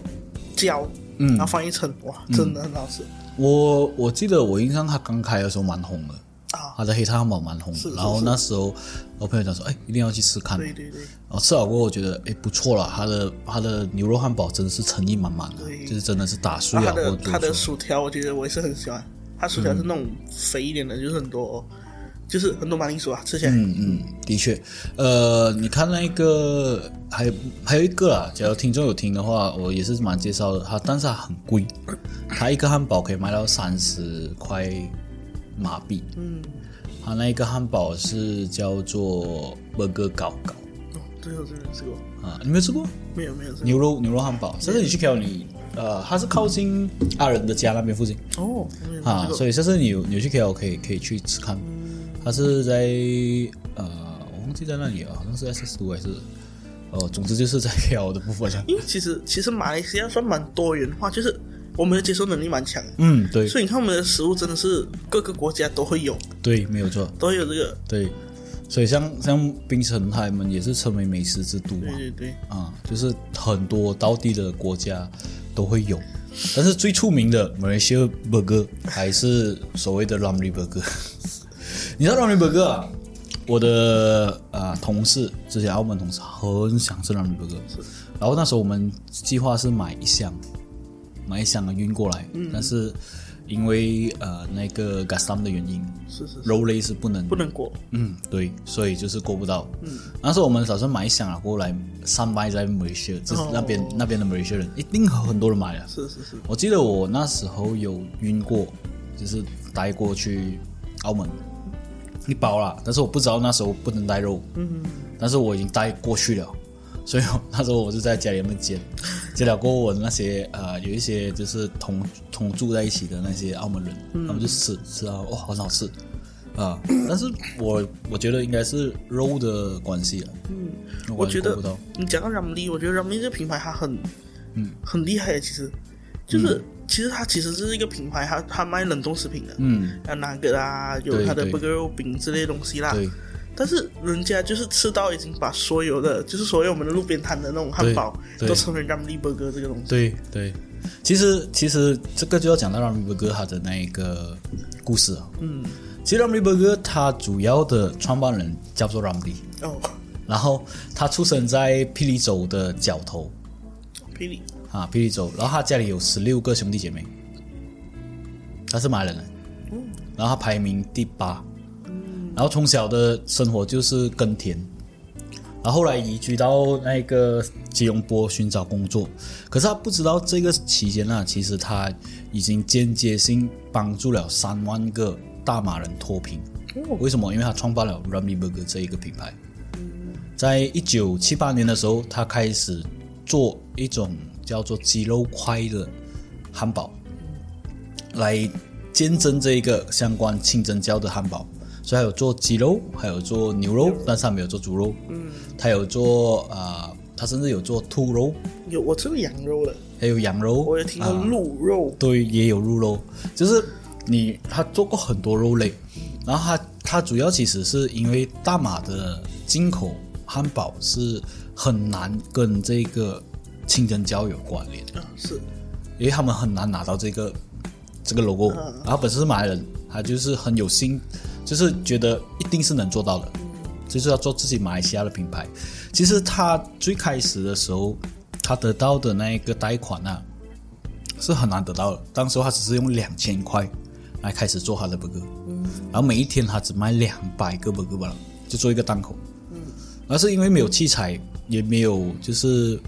Speaker 2: 焦，
Speaker 1: 嗯
Speaker 2: 然后，放一层，哇，真的很好吃
Speaker 1: 我我记得我印象它刚开的时候蛮红的，
Speaker 2: 啊！
Speaker 1: 它的黑炭汉堡蛮红
Speaker 2: 是
Speaker 1: 的，
Speaker 2: 是
Speaker 1: 然后
Speaker 2: 是
Speaker 1: 那时候我朋友讲说，哎，一定要去吃看，
Speaker 2: 对对对，
Speaker 1: 哦，吃好过后我觉得哎不错了，它的它的牛肉汉堡真的是诚意满满的，
Speaker 2: 对
Speaker 1: 就是真的是打碎
Speaker 2: 然后
Speaker 1: 了过
Speaker 2: 它
Speaker 1: 后
Speaker 2: 的
Speaker 1: 做
Speaker 2: 它的
Speaker 1: 出来
Speaker 2: 薯条，我觉得我也是很喜欢，它薯条
Speaker 1: 嗯
Speaker 2: 是那种肥一点的，就是很多，就是很多马铃薯啊，吃起来，
Speaker 1: 嗯嗯，的确，呃，你看那个还有还有一个啊，假如听众有听的话，我也是蛮介绍的，它但是它很 贵，它一个汉堡可以卖到三十块马币，
Speaker 2: 嗯，
Speaker 1: 它那一个汉堡是叫做 burger 搞搞
Speaker 2: 哦，这个我真的吃过，
Speaker 1: 啊，你没有吃过
Speaker 2: 没有没有吃过，
Speaker 1: 牛肉牛肉汉堡？甚至你去 K 你呃，它是靠近阿仁的家那边附近，
Speaker 2: 哦，我没有
Speaker 1: 啊，
Speaker 2: 吃
Speaker 1: 所
Speaker 2: 过，
Speaker 1: 以下次你有你有去 KL 可以可以去吃看，它是在呃，我忘记在那里了，好像是 S 十五还是哦，总之就是在 KL 的部分啊了。
Speaker 2: 因为其实其实马来西亚算蛮多元化，就是我们的接受能力蛮强的。
Speaker 1: 嗯，对
Speaker 2: 所以你看，我们的食物真的是各个国家都会有，
Speaker 1: 对，没有错，
Speaker 2: 都会有这个。
Speaker 1: 对，所以像像槟城他们也是成为美食之都嘛
Speaker 2: 对，对对，
Speaker 1: 啊，就是很多当地的国家都会有，但是最出名的 Malaysia Burger 还是所谓的 Ramly Burger。你知道 Ramly Burger 啊？我的呃同事之前澳门同事很想吃 Ramly Burger，然后那时候我们计划是买一箱，买一箱运过来，但是因为呃那个 Gastam 的原因，
Speaker 2: 是是是，
Speaker 1: 肉类是不能
Speaker 2: 不能过。
Speaker 1: 嗯，对，所以就是过不到。嗯，那时候我们打算买一箱啊，过来上卖在 Malaysia，就是
Speaker 2: 哦
Speaker 1: 那边、那边的 Malaysia 人一定很多人买了。
Speaker 2: 是是是，
Speaker 1: 我记得我那时候有晕过，就是带过去澳门一包啦，但是我不知道那时候不能带肉，
Speaker 2: 嗯，
Speaker 1: 但是我已经带过去了，所以我那时候我就在家里面煎，煎了过后我那些呃有一些就是同同住在一起的那些澳门人，
Speaker 2: 嗯
Speaker 1: 他们就吃吃到哇很好吃啊、但是我我觉得应该是肉的关系了，嗯，
Speaker 2: 我觉得
Speaker 1: 不到，
Speaker 2: 你讲到 Ramly，我觉得 Ramly 这个品牌它很，嗯，很厉害的。其实，就是、其实它其实是一个品牌，它它卖冷冻食品的，
Speaker 1: 嗯嗯，
Speaker 2: 啊哪个啊，有
Speaker 1: 对
Speaker 2: 它的
Speaker 1: 对
Speaker 2: burger 肉饼之类的东西啦。
Speaker 1: 对
Speaker 2: 但是人家就是吃到已经把所有的，就是所有我们的路边摊的那种汉堡，
Speaker 1: 对对
Speaker 2: 都称为 Ramly burger 这个东西。
Speaker 1: 对对，其实其实这个就要讲到 Ramly Burger 它的那一个故事啊，
Speaker 2: 嗯，
Speaker 1: 其实 Ramly Burger 它主要的创办人叫做 Ramly。
Speaker 2: 哦，
Speaker 1: 然后他出生在霹雳州的角头
Speaker 2: 霹雳，
Speaker 1: 啊，霹雳州。然后他家里有十六个兄弟姐妹，他是马来人，
Speaker 2: 嗯
Speaker 1: 然后他排名第八。然后从小的生活就是耕田，然后后来移居到那个吉隆坡寻找工作。可是他不知道这个期间呢、其实他已经间接性帮助了三万个大马人脱贫。
Speaker 2: 哦
Speaker 1: 为什么？因为他创办了 Ramly Burger 这一个品牌。在一九七八年的时候，他开始做一种叫做鸡肉块的汉堡，来见证这一个相关清真教的汉堡。所以还有做鸡肉，还有做牛肉，但是他没有做猪肉。嗯，他有做啊、呃他甚至有做兔肉，
Speaker 2: 有哦我吃过羊肉的，
Speaker 1: 还有羊肉。
Speaker 2: 我有听过
Speaker 1: 啊
Speaker 2: 鹿肉，
Speaker 1: 对，也有入肉，就是你他做过很多肉类，然后他他主要其实是因为大马的进口汉堡是很难跟这个清真教有关联，
Speaker 2: 啊是
Speaker 1: 因为他们很难拿到这个这个 logo，然后本身是马来人，他就是很有心，就是觉得一定是能做到的，就是要做自己马来西亚的品牌。其实他最开始的时候，他得到的那一个贷款啊，是很难得到的。当时候他只是用两千块来开始做他的 burger，、然后每一天他只卖两百个 burger 吧，就做一个档口。而是因为没有器材，也没有就是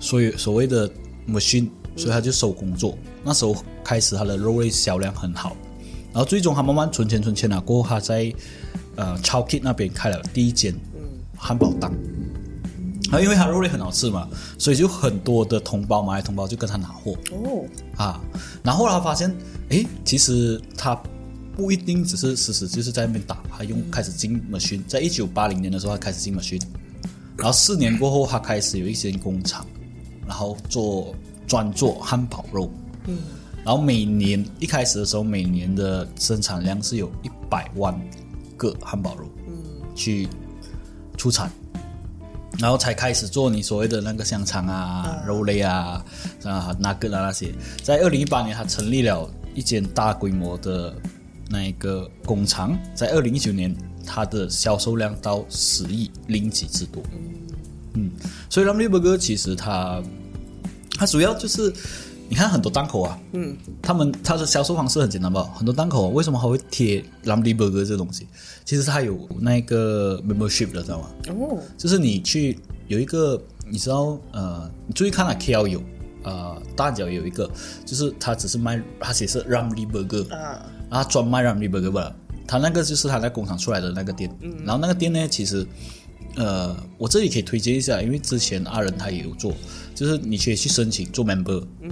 Speaker 1: 所有所谓的 machine，所以他就手工做。那时候开始他的肉类销量很好，然后最终他慢慢存钱存钱了，过后他在呃 c h o w k i t 那边开了第一间汉堡档。啊，因为他肉类很好吃嘛，所以就很多的同胞马来同胞就跟他拿货
Speaker 2: 哦，
Speaker 1: 啊。然后他发现，诶，其实他不一定只是实时就是在那边打，他用开始进 machine，在一九八零年的时候他开始进 machine，然后四年过后，他开始有一间工厂，然后做专做汉堡肉。
Speaker 2: 嗯，
Speaker 1: 然后每年一开始的时候，每年的生产量是有一百万个汉堡肉，嗯，去出产，然后才开始做你所谓的那个香肠啊、肉类啊、啊那个啊那些。在二零一八年，他成立了一间大规模的那一个工厂，在二零一九年，它的销售量到十亿零几之多。嗯，所以 Ramly Burger 其实它它主要就是你看很多档口啊，
Speaker 2: 嗯，
Speaker 1: 他们它的销售方式很简单吧？很多档口啊为什么还会贴 Ramly Burger 这东西？其实它有那个 membership 的，知道吗？
Speaker 2: 哦，
Speaker 1: 就是你去有一个，你知道，呃，你注意看啊，KL 有，呃，大脚有一个，就是它只是卖，它写是 Ramly Burger，
Speaker 2: 啊，
Speaker 1: 啊，专卖 Ramly Burger 吧，它那个就是它在工厂出来的那个店，然后那个店呢，其实，呃，我这里可以推荐一下，因为之前阿仁他也有做，就是你可以去申请做 member，嗯，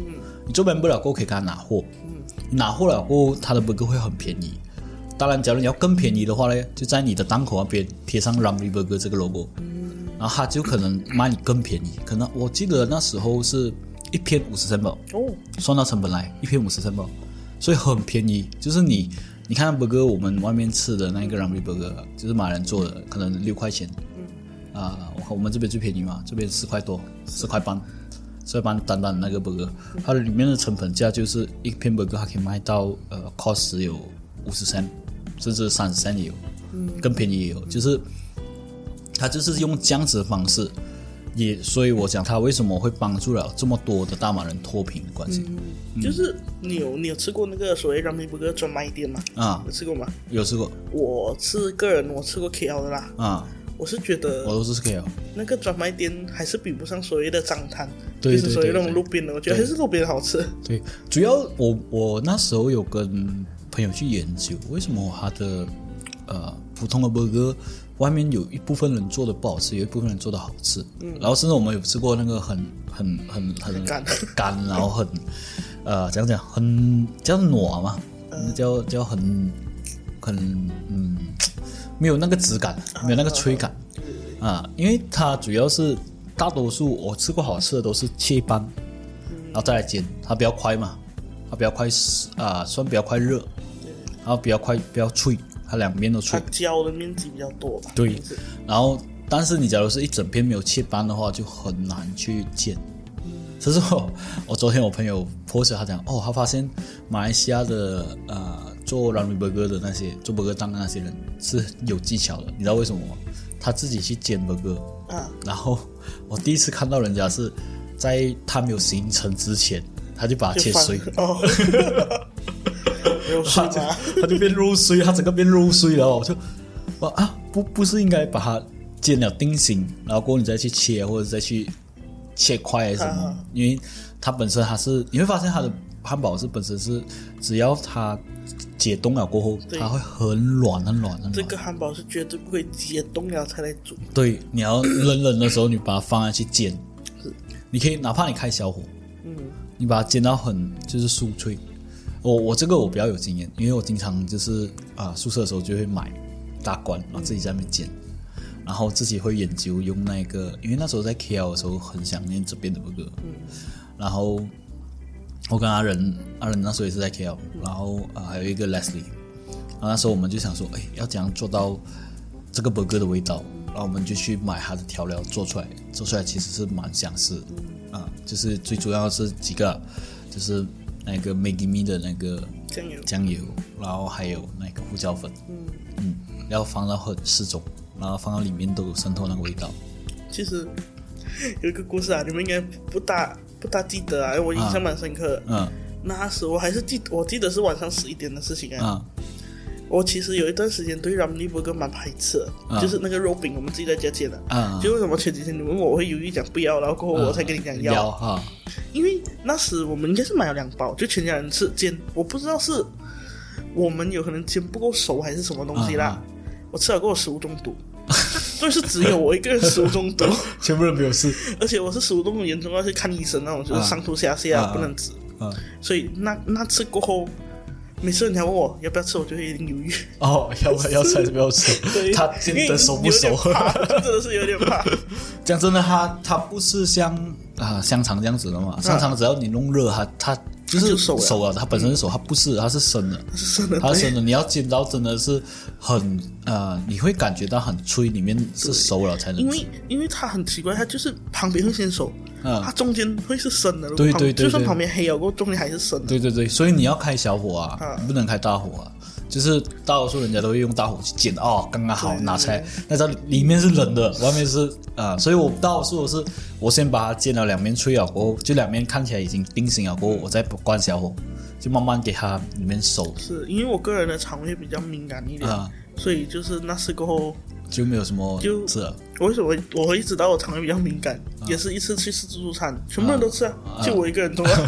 Speaker 1: 你做 member 了过后可以给他拿货，嗯，拿货了过后他的 burger 会很便宜。当然，假如你要更便宜的话呢，就在你的档口那边贴上 Ramly Burger 这个 logo，然后他就可能卖你更便宜。可能我记得那时候是一片五十三吧，
Speaker 2: 哦，
Speaker 1: 算到成本来，一片五十三包，所以很便宜。就是你，你看 burger，我们外面吃的那个 Ramly burger，就是马来人做的，可能六块钱。啊、我看我们这边最便宜嘛，这边四块多，四块半，四块半单单那个 burger，它里面的成本价就是一片 burger，它可以卖到呃 cost 有五十三，甚至三十三也有，更便宜也有，就是它就是用这样子的方式。也，所以我讲它为什么会帮助了这么多的大马人脱贫的关系。
Speaker 2: 就是你有你有吃过那个所谓 Ramly Burger 专卖店吗？
Speaker 1: 啊
Speaker 2: 有，吃过吗？
Speaker 1: 有吃过
Speaker 2: 我是个人，我吃过 KL 的啦，
Speaker 1: 啊，
Speaker 2: 我是觉
Speaker 1: 我
Speaker 2: 得
Speaker 1: 都是啊 KL，
Speaker 2: 那个专卖店还是比不上所谓的脏摊，
Speaker 1: 对
Speaker 2: 就是所谓
Speaker 1: 对对
Speaker 2: 那种路边的，我觉得
Speaker 1: 对
Speaker 2: 还是路边的好吃。
Speaker 1: 对，主要我我那时候有跟朋友去研究，为什么它的呃普通的 burger 外面有一部分人做的不好吃，有一部分人做的好吃，然后甚至我们有吃过那个很很很很
Speaker 2: 干
Speaker 1: 干，然后很呃怎样讲，很叫糯嘛，叫叫很很嗯没有那个质感，没有那个吹感啊，因为它主要是大多数我吃过好吃的都是切一半。然后再来煎，它比较快嘛，它比较快啊、算比较快热，然后比较快比较脆，它两边都
Speaker 2: 它
Speaker 1: 脆。
Speaker 2: 浇的面积比较多吧？
Speaker 1: 对
Speaker 2: 就是
Speaker 1: 然后，但是你假如是一整片没有切斑的话，就很难去 煎。这是我，我昨天我朋友 post 他讲，哦，他发现马来西亚的呃做 Ramly Burger 的那些做 burger 档的那些人是有技巧的，你知道为什么吗？他自己去煎 burger，
Speaker 2: 啊，
Speaker 1: 然后我第一次看到人家是在他没有形成之前，他就把它
Speaker 2: 就
Speaker 1: 切
Speaker 2: 放
Speaker 1: 碎。
Speaker 2: 哦，没有
Speaker 1: 他
Speaker 2: 水
Speaker 1: 就
Speaker 2: 吗？
Speaker 1: 他就变入睡，他整个变入睡了，我就我啊不不是应该把它煎了定型，然后过后你再去切或者再去切块还是什么，
Speaker 2: 啊
Speaker 1: 因为它本身它是你会发现它的汉堡是本身是，只要它解冻了过后，
Speaker 2: 对
Speaker 1: 它会很软很软很
Speaker 2: 这
Speaker 1: 软。
Speaker 2: 个汉堡是绝对不会解冻了才来煮，
Speaker 1: 对，你要冷冷的时候，你把它放下去煎，你可以哪怕你开小火，
Speaker 2: 嗯，
Speaker 1: 你把它煎到很就是酥脆。我我这个我比较有经验，因为我经常就是啊宿舍的时候就会买大罐，然后自己在那边煎，然后自己会研究用那个，因为那时候在 KL 的时候很想念这边的 burger，、然后我跟阿仁，阿仁那时候也是在 KL，然后啊、还有一个 Leslie，然后那时候我们就想说，哎，要怎样做到这个 burger 的味道？然后我们就去买它的调料做出来，做出来其实是蛮相似的啊，就是最主要是几个，就是那个 Maggi Me 的那个
Speaker 2: 酱油
Speaker 1: 酱油，然后还有那个胡椒粉，嗯要放到很适中，然后放到里面都有渗透那个味道。
Speaker 2: 其实有一个故事啊，你们应该不大不大记得啊，我印象蛮深刻的。
Speaker 1: 嗯
Speaker 2: 那时我还是记，我记得是晚上十一点的事情啊。
Speaker 1: 啊
Speaker 2: 我其实有一段时间对 Ramly Burger 蛮排斥的，
Speaker 1: 啊
Speaker 2: 就是那个肉饼我们自己在家煎的。
Speaker 1: 啊，
Speaker 2: 就为什么前几天你问我，我会犹豫讲不要，然后过后我才跟你讲要，
Speaker 1: 要哈，
Speaker 2: 因为那时我们应该是买了两包，就全家人吃煎，我不知道是我们有可能煎不够熟还是什么东西啦，
Speaker 1: 啊
Speaker 2: 我吃了过后食物中 毒，所以是只有我一个人食物中毒，
Speaker 1: 全部人没有事。
Speaker 2: 而且我是食物中毒严重到去看医生那种，就是
Speaker 1: 啊
Speaker 2: 上吐下泻
Speaker 1: 啊
Speaker 2: 啊，
Speaker 1: 啊
Speaker 2: 不能吃，
Speaker 1: 嗯，
Speaker 2: 所以那那次过后。每次人家问我要不要吃，我就会有点犹豫。
Speaker 1: 哦，要不要吃还是不要吃
Speaker 2: 对，？
Speaker 1: 他煎的熟不
Speaker 2: 因
Speaker 1: 熟
Speaker 2: 为？有点怕 真的是有点 怕。
Speaker 1: 讲真的，它它不是像啊香肠这样子的嘛，香肠只要你弄热它，它就
Speaker 2: 嗯它
Speaker 1: 是
Speaker 2: 就熟了嗯哎
Speaker 1: 了，它本身是熟，它不是，它是生的，
Speaker 2: 是的，
Speaker 1: 它是生的，你要煎到真的是很呃，你会感觉到很脆，里面是熟了才能
Speaker 2: 因
Speaker 1: 吃
Speaker 2: 为因为它很奇怪，它就是旁边会先熟，
Speaker 1: 嗯
Speaker 2: 它中间会是生的，
Speaker 1: 对
Speaker 2: 旁
Speaker 1: 对对
Speaker 2: 就算
Speaker 1: 对
Speaker 2: 旁边黑了，过后中间还是生的。
Speaker 1: 对对对，所以你要开小火啊，
Speaker 2: 啊
Speaker 1: 你不能开大火啊。就是大多数人家都会用大火去煎哦，刚刚好
Speaker 2: 对
Speaker 1: 拿出来，那它里面是冷的，外面是啊、所以我大多数是我先把它煎了两面脆了过后，就两面看起来已经定型了过后，我再关小火，就慢慢给它里面熟
Speaker 2: 是因为我个人的肠胃比较敏感一点，
Speaker 1: 啊、
Speaker 2: 所以就是那次过后，
Speaker 1: 就没有什么
Speaker 2: 嗯就
Speaker 1: 吃了
Speaker 2: 我为什么会我会一直到我肠胃比较敏感，
Speaker 1: 嗯
Speaker 2: 也是一次去吃自助餐，全部人都吃啊，
Speaker 1: 啊
Speaker 2: 就我一个人中了。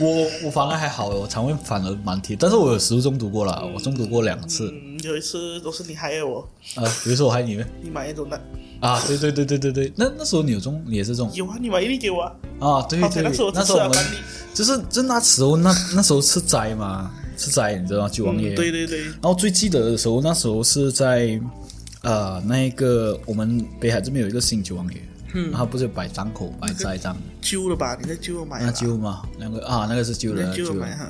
Speaker 1: 我我反而还好，我肠胃反而蛮贴，但是我有食物中毒过了，我中毒过两次，
Speaker 2: 嗯，有一次都是你害我，
Speaker 1: 啊，比如说我还以为
Speaker 2: 你买一种的，
Speaker 1: 啊，对对对对对对，那那时候你有中，你也是中
Speaker 2: 有啊，你买一粒给我啊，
Speaker 1: 啊，对
Speaker 2: 好
Speaker 1: 对，
Speaker 2: 彩那时候我只
Speaker 1: 那时
Speaker 2: 吃
Speaker 1: 候我
Speaker 2: 了
Speaker 1: 们
Speaker 2: 半粒。
Speaker 1: 就是就那时候那那时候吃斋嘛，吃斋你知道吗？九王爷、
Speaker 2: 嗯，对。对对，
Speaker 1: 然后最记得的时候，那时候是在呃那个我们北海这边有一个新九王爷，嗯，他不是有摆档口摆斋 档，
Speaker 2: 揪了吧，你在揪我买
Speaker 1: 那
Speaker 2: 吧，
Speaker 1: 旧嘛，那个啊那个是旧
Speaker 2: 你
Speaker 1: 的
Speaker 2: 在揪我
Speaker 1: 旧的
Speaker 2: 买，哈，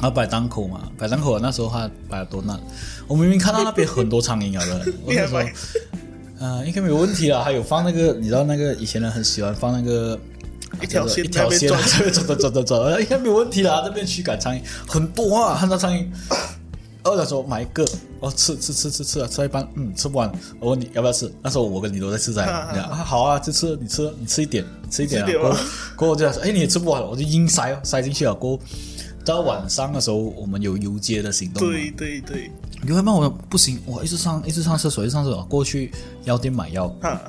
Speaker 1: 然后摆档口嘛，摆档口那时候他摆了多难，我明明看到那边很多苍蝇 咬的，我
Speaker 2: 你还
Speaker 1: 就说
Speaker 2: 买。
Speaker 1: 啊、应该没有问题啦。还有放那个，你知道那个以前人很喜欢放那个
Speaker 2: 一条线
Speaker 1: 一条线啊，
Speaker 2: 在
Speaker 1: 走走走走走，应该没有问题啦。那边驱赶苍蝇很多啊，看到苍蝇，二的时候买一个，哦吃吃吃吃吃啊，吃到一半，嗯吃不完。我问你要不要吃？那时候我跟你都在吃在，你讲啊好啊，就吃你吃你吃一点吃一点啊。
Speaker 2: 吃一点
Speaker 1: 过
Speaker 2: 吧
Speaker 1: 后过后我就想说，哎你也吃不完，我就硬塞哦塞进去了。过后到晚上的时候，我们有游街的行动嘛，
Speaker 2: 对对对，
Speaker 1: 你会骂我不行，我一直上一直上厕所，一直上厕所，过去药店买药。
Speaker 2: 哈，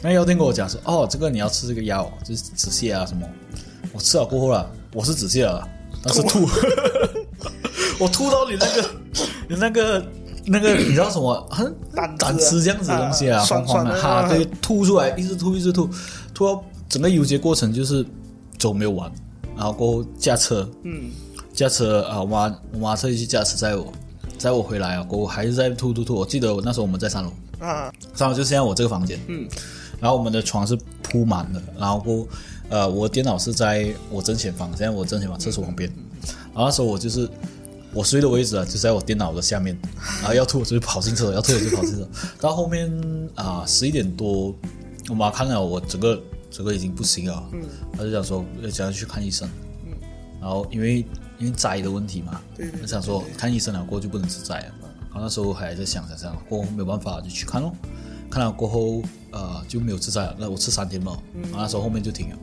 Speaker 1: 那药店跟我讲说，哦，这个你要吃这个药，就是止泻啊什么。我吃了过后啦，我是止泻了，但是吐， 我吐到你那个，你那个。那个你知道什么？很
Speaker 2: 胆汁啊
Speaker 1: 胆汁这样子的东西啊，
Speaker 2: 啊
Speaker 1: 黄黄
Speaker 2: 酸
Speaker 1: 哈
Speaker 2: 酸，的
Speaker 1: 对，吐出来，一直吐，一直吐，吐到整个游街过程就是走没有完，然后过后驾车，
Speaker 2: 嗯，
Speaker 1: 驾车啊，我妈我妈特意去驾车载我，载我回来啊，过后还是在吐吐吐。我记得我那时候我们在三楼，
Speaker 2: 啊，
Speaker 1: 上楼就是现在我这个房间，
Speaker 2: 嗯，
Speaker 1: 然后我们的床是铺满的，然后过呃，我的电脑是在我正前方，现在我正前方厕所旁边，然后那时候我就是我睡的位置啊，就在我电脑的下面，然后要吐我就跑进厕所，要吐我就跑进厕 所，到后面啊十一点多，我妈看了我整个整个已经不行了，嗯，她就想说要想要去看医生，嗯，然后因为因为摘的问题嘛，
Speaker 2: 对对
Speaker 1: 我想说看医生了过后就不能吃摘了，然后那时候还在想想想，过后没有办法就去看咯。看了过后呃就没有吃摘了，那我吃三天嘛，
Speaker 2: 嗯
Speaker 1: 然后那时候后面就停了，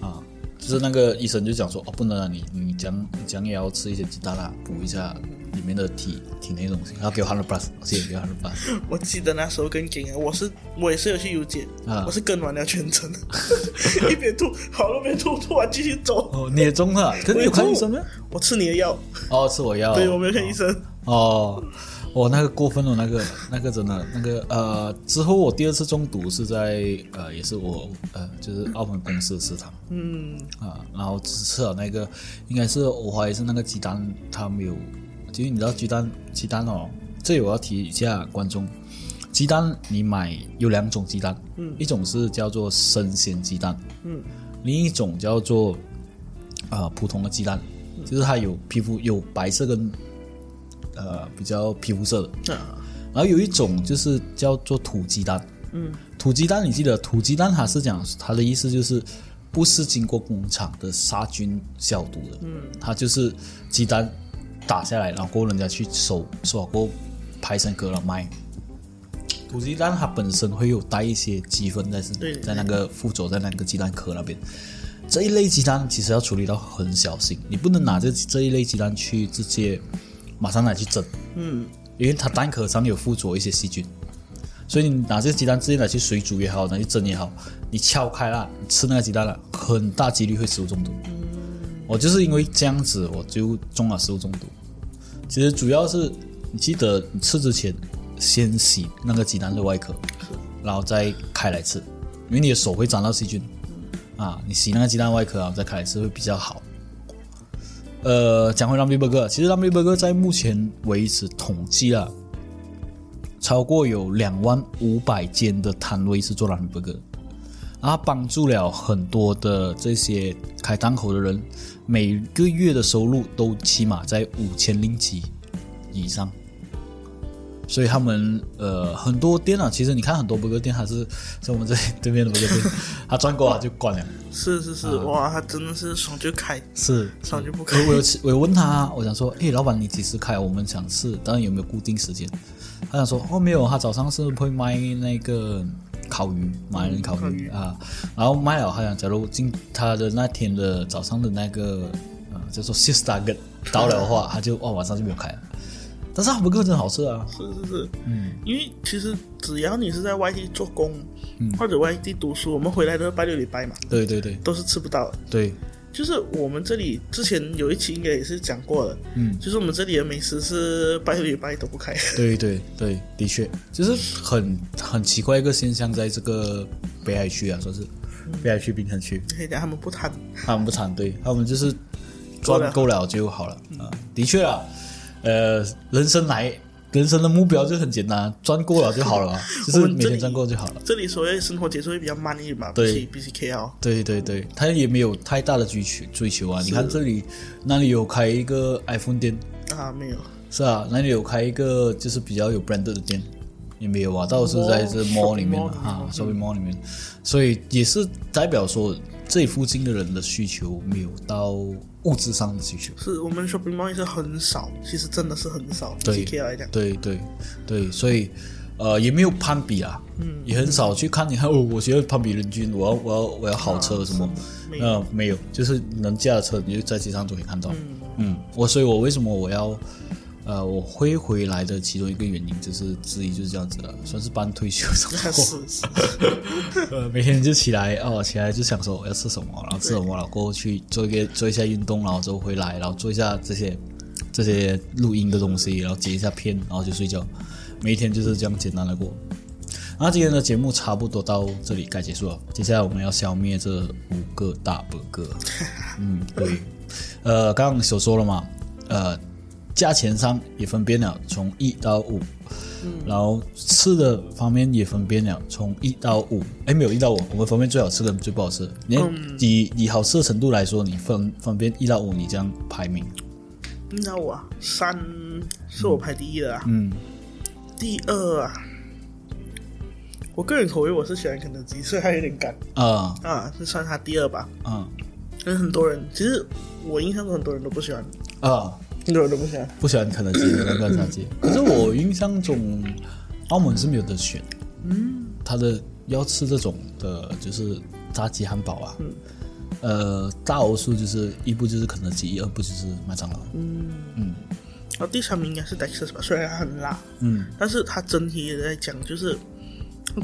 Speaker 1: 啊，就是那个医生就讲说，哦，不能啊，你你讲你讲也要吃一些鸡蛋啦，补一下里面的体体内的东西，然后给我 hundred plus，我谢谢给我 hundred plus。
Speaker 2: 我记得那时候跟 King，啊我是我也是有去游街，
Speaker 1: 啊
Speaker 2: 我是跟完了全程， 一边吐，好了边吐，吐完继续走。
Speaker 1: 哦，你也中了，可是你有看医生吗？
Speaker 2: 我吃你的药，
Speaker 1: 哦，是我要。
Speaker 2: 对我没有看医生。
Speaker 1: 哦，哦，那个过分了，那个那个真的那个呃，之后我第二次中毒是在呃，也是我呃，就是澳门公司的食堂
Speaker 2: 嗯，
Speaker 1: 啊、然后只吃了那个，应该是我怀疑是那个鸡蛋它没有，就是你知道鸡蛋鸡蛋哦，这里我要提一下观众，鸡蛋你买有两种鸡蛋，
Speaker 2: 嗯
Speaker 1: 一种是叫做生鲜鸡蛋，
Speaker 2: 嗯，
Speaker 1: 另一种叫做啊、呃普通的鸡蛋，
Speaker 2: 嗯
Speaker 1: 就是它有皮肤有白色跟呃比较皮肤色的，
Speaker 2: 啊，
Speaker 1: 然后有一种就是叫做土鸡蛋，
Speaker 2: 嗯
Speaker 1: 土鸡蛋，你记得土鸡蛋它是讲它的意思就是不是经过工厂的杀菌消毒的，
Speaker 2: 嗯，
Speaker 1: 它就是鸡蛋打下来，然后过后人家去收，收好过后排成壳了卖。土鸡蛋它本身会有带一些积分在
Speaker 2: 对
Speaker 1: 在那个附着在那个鸡蛋壳那边，这一类鸡蛋其实要处理到很小心，你不能拿这这一类鸡蛋去直接马上拿去蒸，
Speaker 2: 嗯，
Speaker 1: 因为它蛋壳上有附着一些细菌，所以你拿这个鸡蛋直接拿去水煮也好，拿去蒸也好，你敲开了，你吃那个鸡蛋了，很大几率会食物中毒。我就是因为这样子，我就中了食物中毒。其实主要是你记得你吃之前先洗那个鸡蛋的外壳，然后再开来吃，因为你的手会沾到细菌啊。你洗那个鸡蛋外壳，然后再开来吃会比较好。呃，讲回 r a m b y Burger，其实 r a m b y Burger 在目前为止统计啊，超过有两万五百间的摊位是做 r a m b y Burger，的然后它帮助了很多的这些开档口的人，每个月的收入都起码在五千零几以上。所以他们呃很多店啊，其实你看很多 burger 店，它是在我们这 这边的 burger 店，它赚够啊了就关了。
Speaker 2: 是是是，哇，他真的是爽就开，
Speaker 1: 是，
Speaker 2: 爽就不开
Speaker 1: 啊哎我。我有吃我有问他，啊我想说，诶，老板你几时开？啊我们想吃，当然有没有固定时间？他想说，哦没有，他早上是会卖那个烤鱼，马来人烤
Speaker 2: 烤
Speaker 1: 鱼
Speaker 2: 鱼
Speaker 1: 啊，然后卖了，他想假如今他的那天的早上的那个呃叫做 six target 到了的话，他就哦晚上就没有开了。但是他们个真的好吃啊，
Speaker 2: 是是是，嗯，因为其实只要你是在外地做工，
Speaker 1: 嗯
Speaker 2: 或者外地读书，我们回来都是拜六礼拜嘛，
Speaker 1: 对对对
Speaker 2: 都是吃不到的。
Speaker 1: 对，
Speaker 2: 就是我们这里之前有一期应该也是讲过的，
Speaker 1: 嗯
Speaker 2: 就是我们这里的美食是拜六礼拜都不开。
Speaker 1: 对对对，的确，就是很很奇怪一个现象，在这个北海区啊，说是北海区槟城区，
Speaker 2: 可以讲他们不贪，
Speaker 1: 他们不产队，他们就是
Speaker 2: 够
Speaker 1: 赚
Speaker 2: 了
Speaker 1: 够了就好了啊。的确啊，呃，人生来人生的目标就很简单，赚够了就好 了啊，就是
Speaker 2: 我们
Speaker 1: 每
Speaker 2: 这
Speaker 1: 天
Speaker 2: 里
Speaker 1: 赚够就好了。
Speaker 2: 这里所谓生活节奏会比较慢一点嘛，比
Speaker 1: 对
Speaker 2: 起比起 KL，
Speaker 1: 对对对，他也没有太大的追求追求啊。你看这里，那里有开一个 iPhone 店，
Speaker 2: 啊没有，
Speaker 1: 是啊，那里有开一个就是比较有 brand 的店，也没有啊，到处在这 mall
Speaker 2: Mall，shopping
Speaker 1: 里面
Speaker 2: 哦 mall 里面
Speaker 1: 啊
Speaker 2: 嗯
Speaker 1: ，shopping mall 里面，所以也是代表说这里附近的人的需求没有到物质上的需求。
Speaker 2: 是我们 shopping mall 也是很少，其实真的是很少，比
Speaker 1: 对
Speaker 2: 起 KL 来讲，
Speaker 1: 对对对，所以呃也没有攀比啊，嗯，也很少去看你看哦，我觉得攀比人均，我要我要我要好车什么，
Speaker 2: 啊没有
Speaker 1: 呃没有，就是能驾的车你就在街上就可以看到，嗯我所以，我为什么我要呃我会回来的其中一个原因就是之一就是这样子了，算是半退休生
Speaker 2: 但
Speaker 1: 活，
Speaker 2: 啊是是
Speaker 1: 呃每天就起来哦起来就想说我要吃什么，然后吃什么了过后去做一个做一下运动，然后之后回来，然后做一下这些这些录音的东西，然后截一下片，然后就睡觉。每一天就是这样简单的过。那今天的节目差不多到这里该结束了，接下来我们要消灭这五个大伯哥。嗯，对，呃，刚刚所说了嘛，呃，价钱上也分辨了，从一到五。然后吃的方面也分辨了，从一到五，哎，没有一到五，我们分辨最好吃跟最不好吃。你看以以好吃的程度来说，你分分辨一到五，你这样排名，
Speaker 2: 你知道我啊三是我排第一的啊，
Speaker 1: 嗯，
Speaker 2: 第二啊，我个人口味我是喜欢肯德基，所以还有点干
Speaker 1: 啊、
Speaker 2: 啊，是算它第二吧。
Speaker 1: 啊
Speaker 2: 但是很多人其实我印象中很多人都不喜欢，
Speaker 1: 啊。
Speaker 2: 很多人都不喜欢。
Speaker 1: 不喜欢肯德基的那个炸 鸡。可是我印象中，澳门是没有得选。嗯，他的要吃这种的，就是炸鸡汉堡啊。呃，大多数就是一不就是肯德基，二不就是麦当劳。
Speaker 2: 嗯，然后第三名应该是 Texas 吧，虽然它很辣，
Speaker 1: 嗯，
Speaker 2: 但是它整体也在讲就是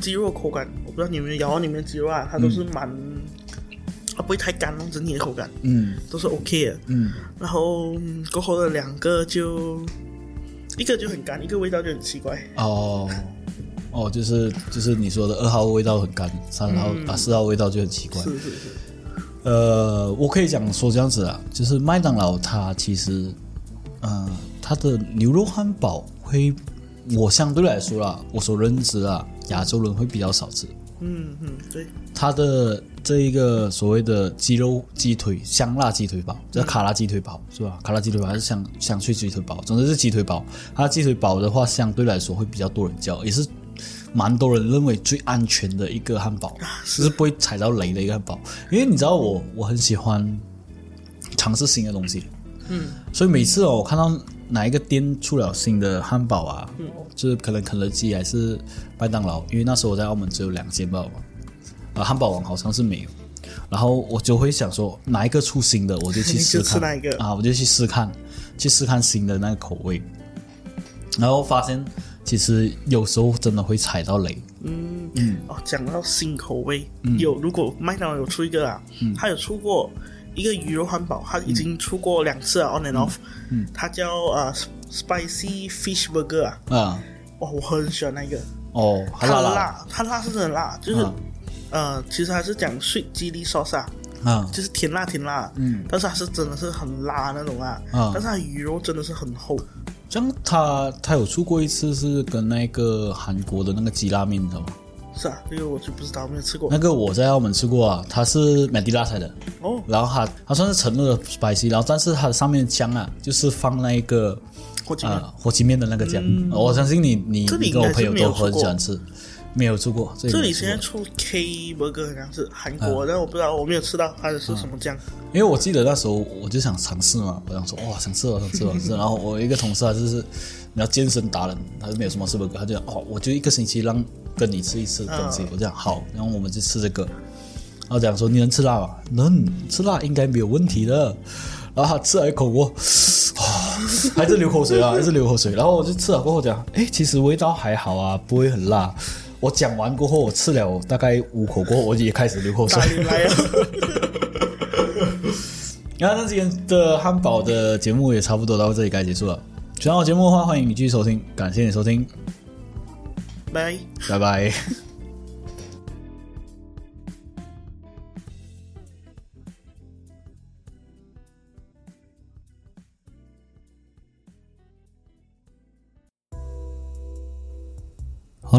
Speaker 2: 鸡肉口感，我不知道你有没有咬到里面的鸡肉啊，它都是蛮，它不会太干哦，整体的口感
Speaker 1: 嗯
Speaker 2: 都是 OK 的。
Speaker 1: 嗯
Speaker 2: 然后嗯过后的两个就一个就很干，一个味道就很奇怪。
Speaker 1: 哦哦，就是就是你说的二号味道很干，三号、啊四号味道就很奇怪。
Speaker 2: 是是是，
Speaker 1: 呃，我可以讲说这样子啊，就是麦当劳它其实，呃，它的牛肉汉堡会，我相对来说啦，我所认知啊，亚洲人会比较少吃。
Speaker 2: 嗯嗯，对，
Speaker 1: 它的这一个所谓的鸡肉鸡腿香辣鸡腿堡，叫卡拉鸡腿堡是吧？卡拉鸡腿堡还是香香脆鸡腿堡，总之是鸡腿堡。它鸡腿堡的话，相对来说会比较多人叫，也是蛮多人认为最安全的一个汉堡，就是不会踩到雷的一个汉堡。因为你知道我，我很喜欢尝试新的东西，
Speaker 2: 嗯，
Speaker 1: 所以每次哦，我看到哪一个店出了新的汉堡啊，就是可能肯德基还是麦当劳，因为那时候我在澳门只有两间麦当劳嘛，啊，汉堡王好像是没有。然后我就会想说，哪一个出新的，我就去
Speaker 2: 你
Speaker 1: 试
Speaker 2: 就
Speaker 1: 看
Speaker 2: 吃哪一个
Speaker 1: 啊，我就去试看，去试看新的那个口味。然后发现，其实有时候真的会踩到雷。
Speaker 2: 嗯哦，讲到新口味，有如果麦当劳有出一个啊，它有出过一个鱼肉汉堡，它已经出过两次啊，on and off，它叫啊 spicy fish burger 啊，
Speaker 1: 啊，
Speaker 2: 哇，我很喜欢那个，
Speaker 1: 哦，还
Speaker 2: 它
Speaker 1: 辣
Speaker 2: 辣，它辣是真的辣，就是
Speaker 1: 嗯
Speaker 2: 呃，其实它是讲 sweet chili sauce 啊，
Speaker 1: 啊，
Speaker 2: 就是甜辣甜辣，
Speaker 1: 嗯
Speaker 2: 但是它是真的是很辣那种啊，
Speaker 1: 嗯
Speaker 2: 但是它鱼肉真的是很厚，
Speaker 1: 像他他有出过一次是跟那个韩国的那个鸡拉面，你知道吗？
Speaker 2: 是啊，这个我就不知道没有吃过
Speaker 1: 那个我在澳门吃过啊，它是美迪拉菜的，
Speaker 2: 哦，
Speaker 1: 然后它它算是成了 spicy，然后但是它上面的酱啊，就是放那一个
Speaker 2: 火鸡面嗯
Speaker 1: 啊火鸡面的那个酱，我相信你你
Speaker 2: 这里
Speaker 1: 你跟我朋友
Speaker 2: 应该是没有
Speaker 1: 都
Speaker 2: 出过
Speaker 1: 很喜欢吃，没有吃过，这里
Speaker 2: 这
Speaker 1: 没
Speaker 2: 里
Speaker 1: 有吃
Speaker 2: 现
Speaker 1: 过
Speaker 2: 在出 K burger 好像是韩
Speaker 1: 嗯
Speaker 2: 国，但我不知道，我没有吃到它的是什么酱。
Speaker 1: 因为我记得那时候我就想尝试嘛，我想说哇想吃我想吃我想吃，然后我一个同事啊就是你要健身达人，他就没有什么吃不他就讲哦我就一个星期让跟你吃一次东西，我讲好，然后我们就吃这个，然后讲说你能吃辣吗？能吃辣应该没有问题的，然后他吃了一口我。还是流口水啊，还是流口水。然后我就吃了过后讲，哎，其实味道还好啊，不会很辣。我讲完过后，我吃了大概五口过后，我也开始流口水
Speaker 2: 大。牛来啊 了，
Speaker 1: 然后那今天的汉堡的节目也差不多到这里该结束了。喜欢我节目的话，欢迎你继续收听，感谢你收听，
Speaker 2: 拜。
Speaker 1: 拜拜。
Speaker 3: 好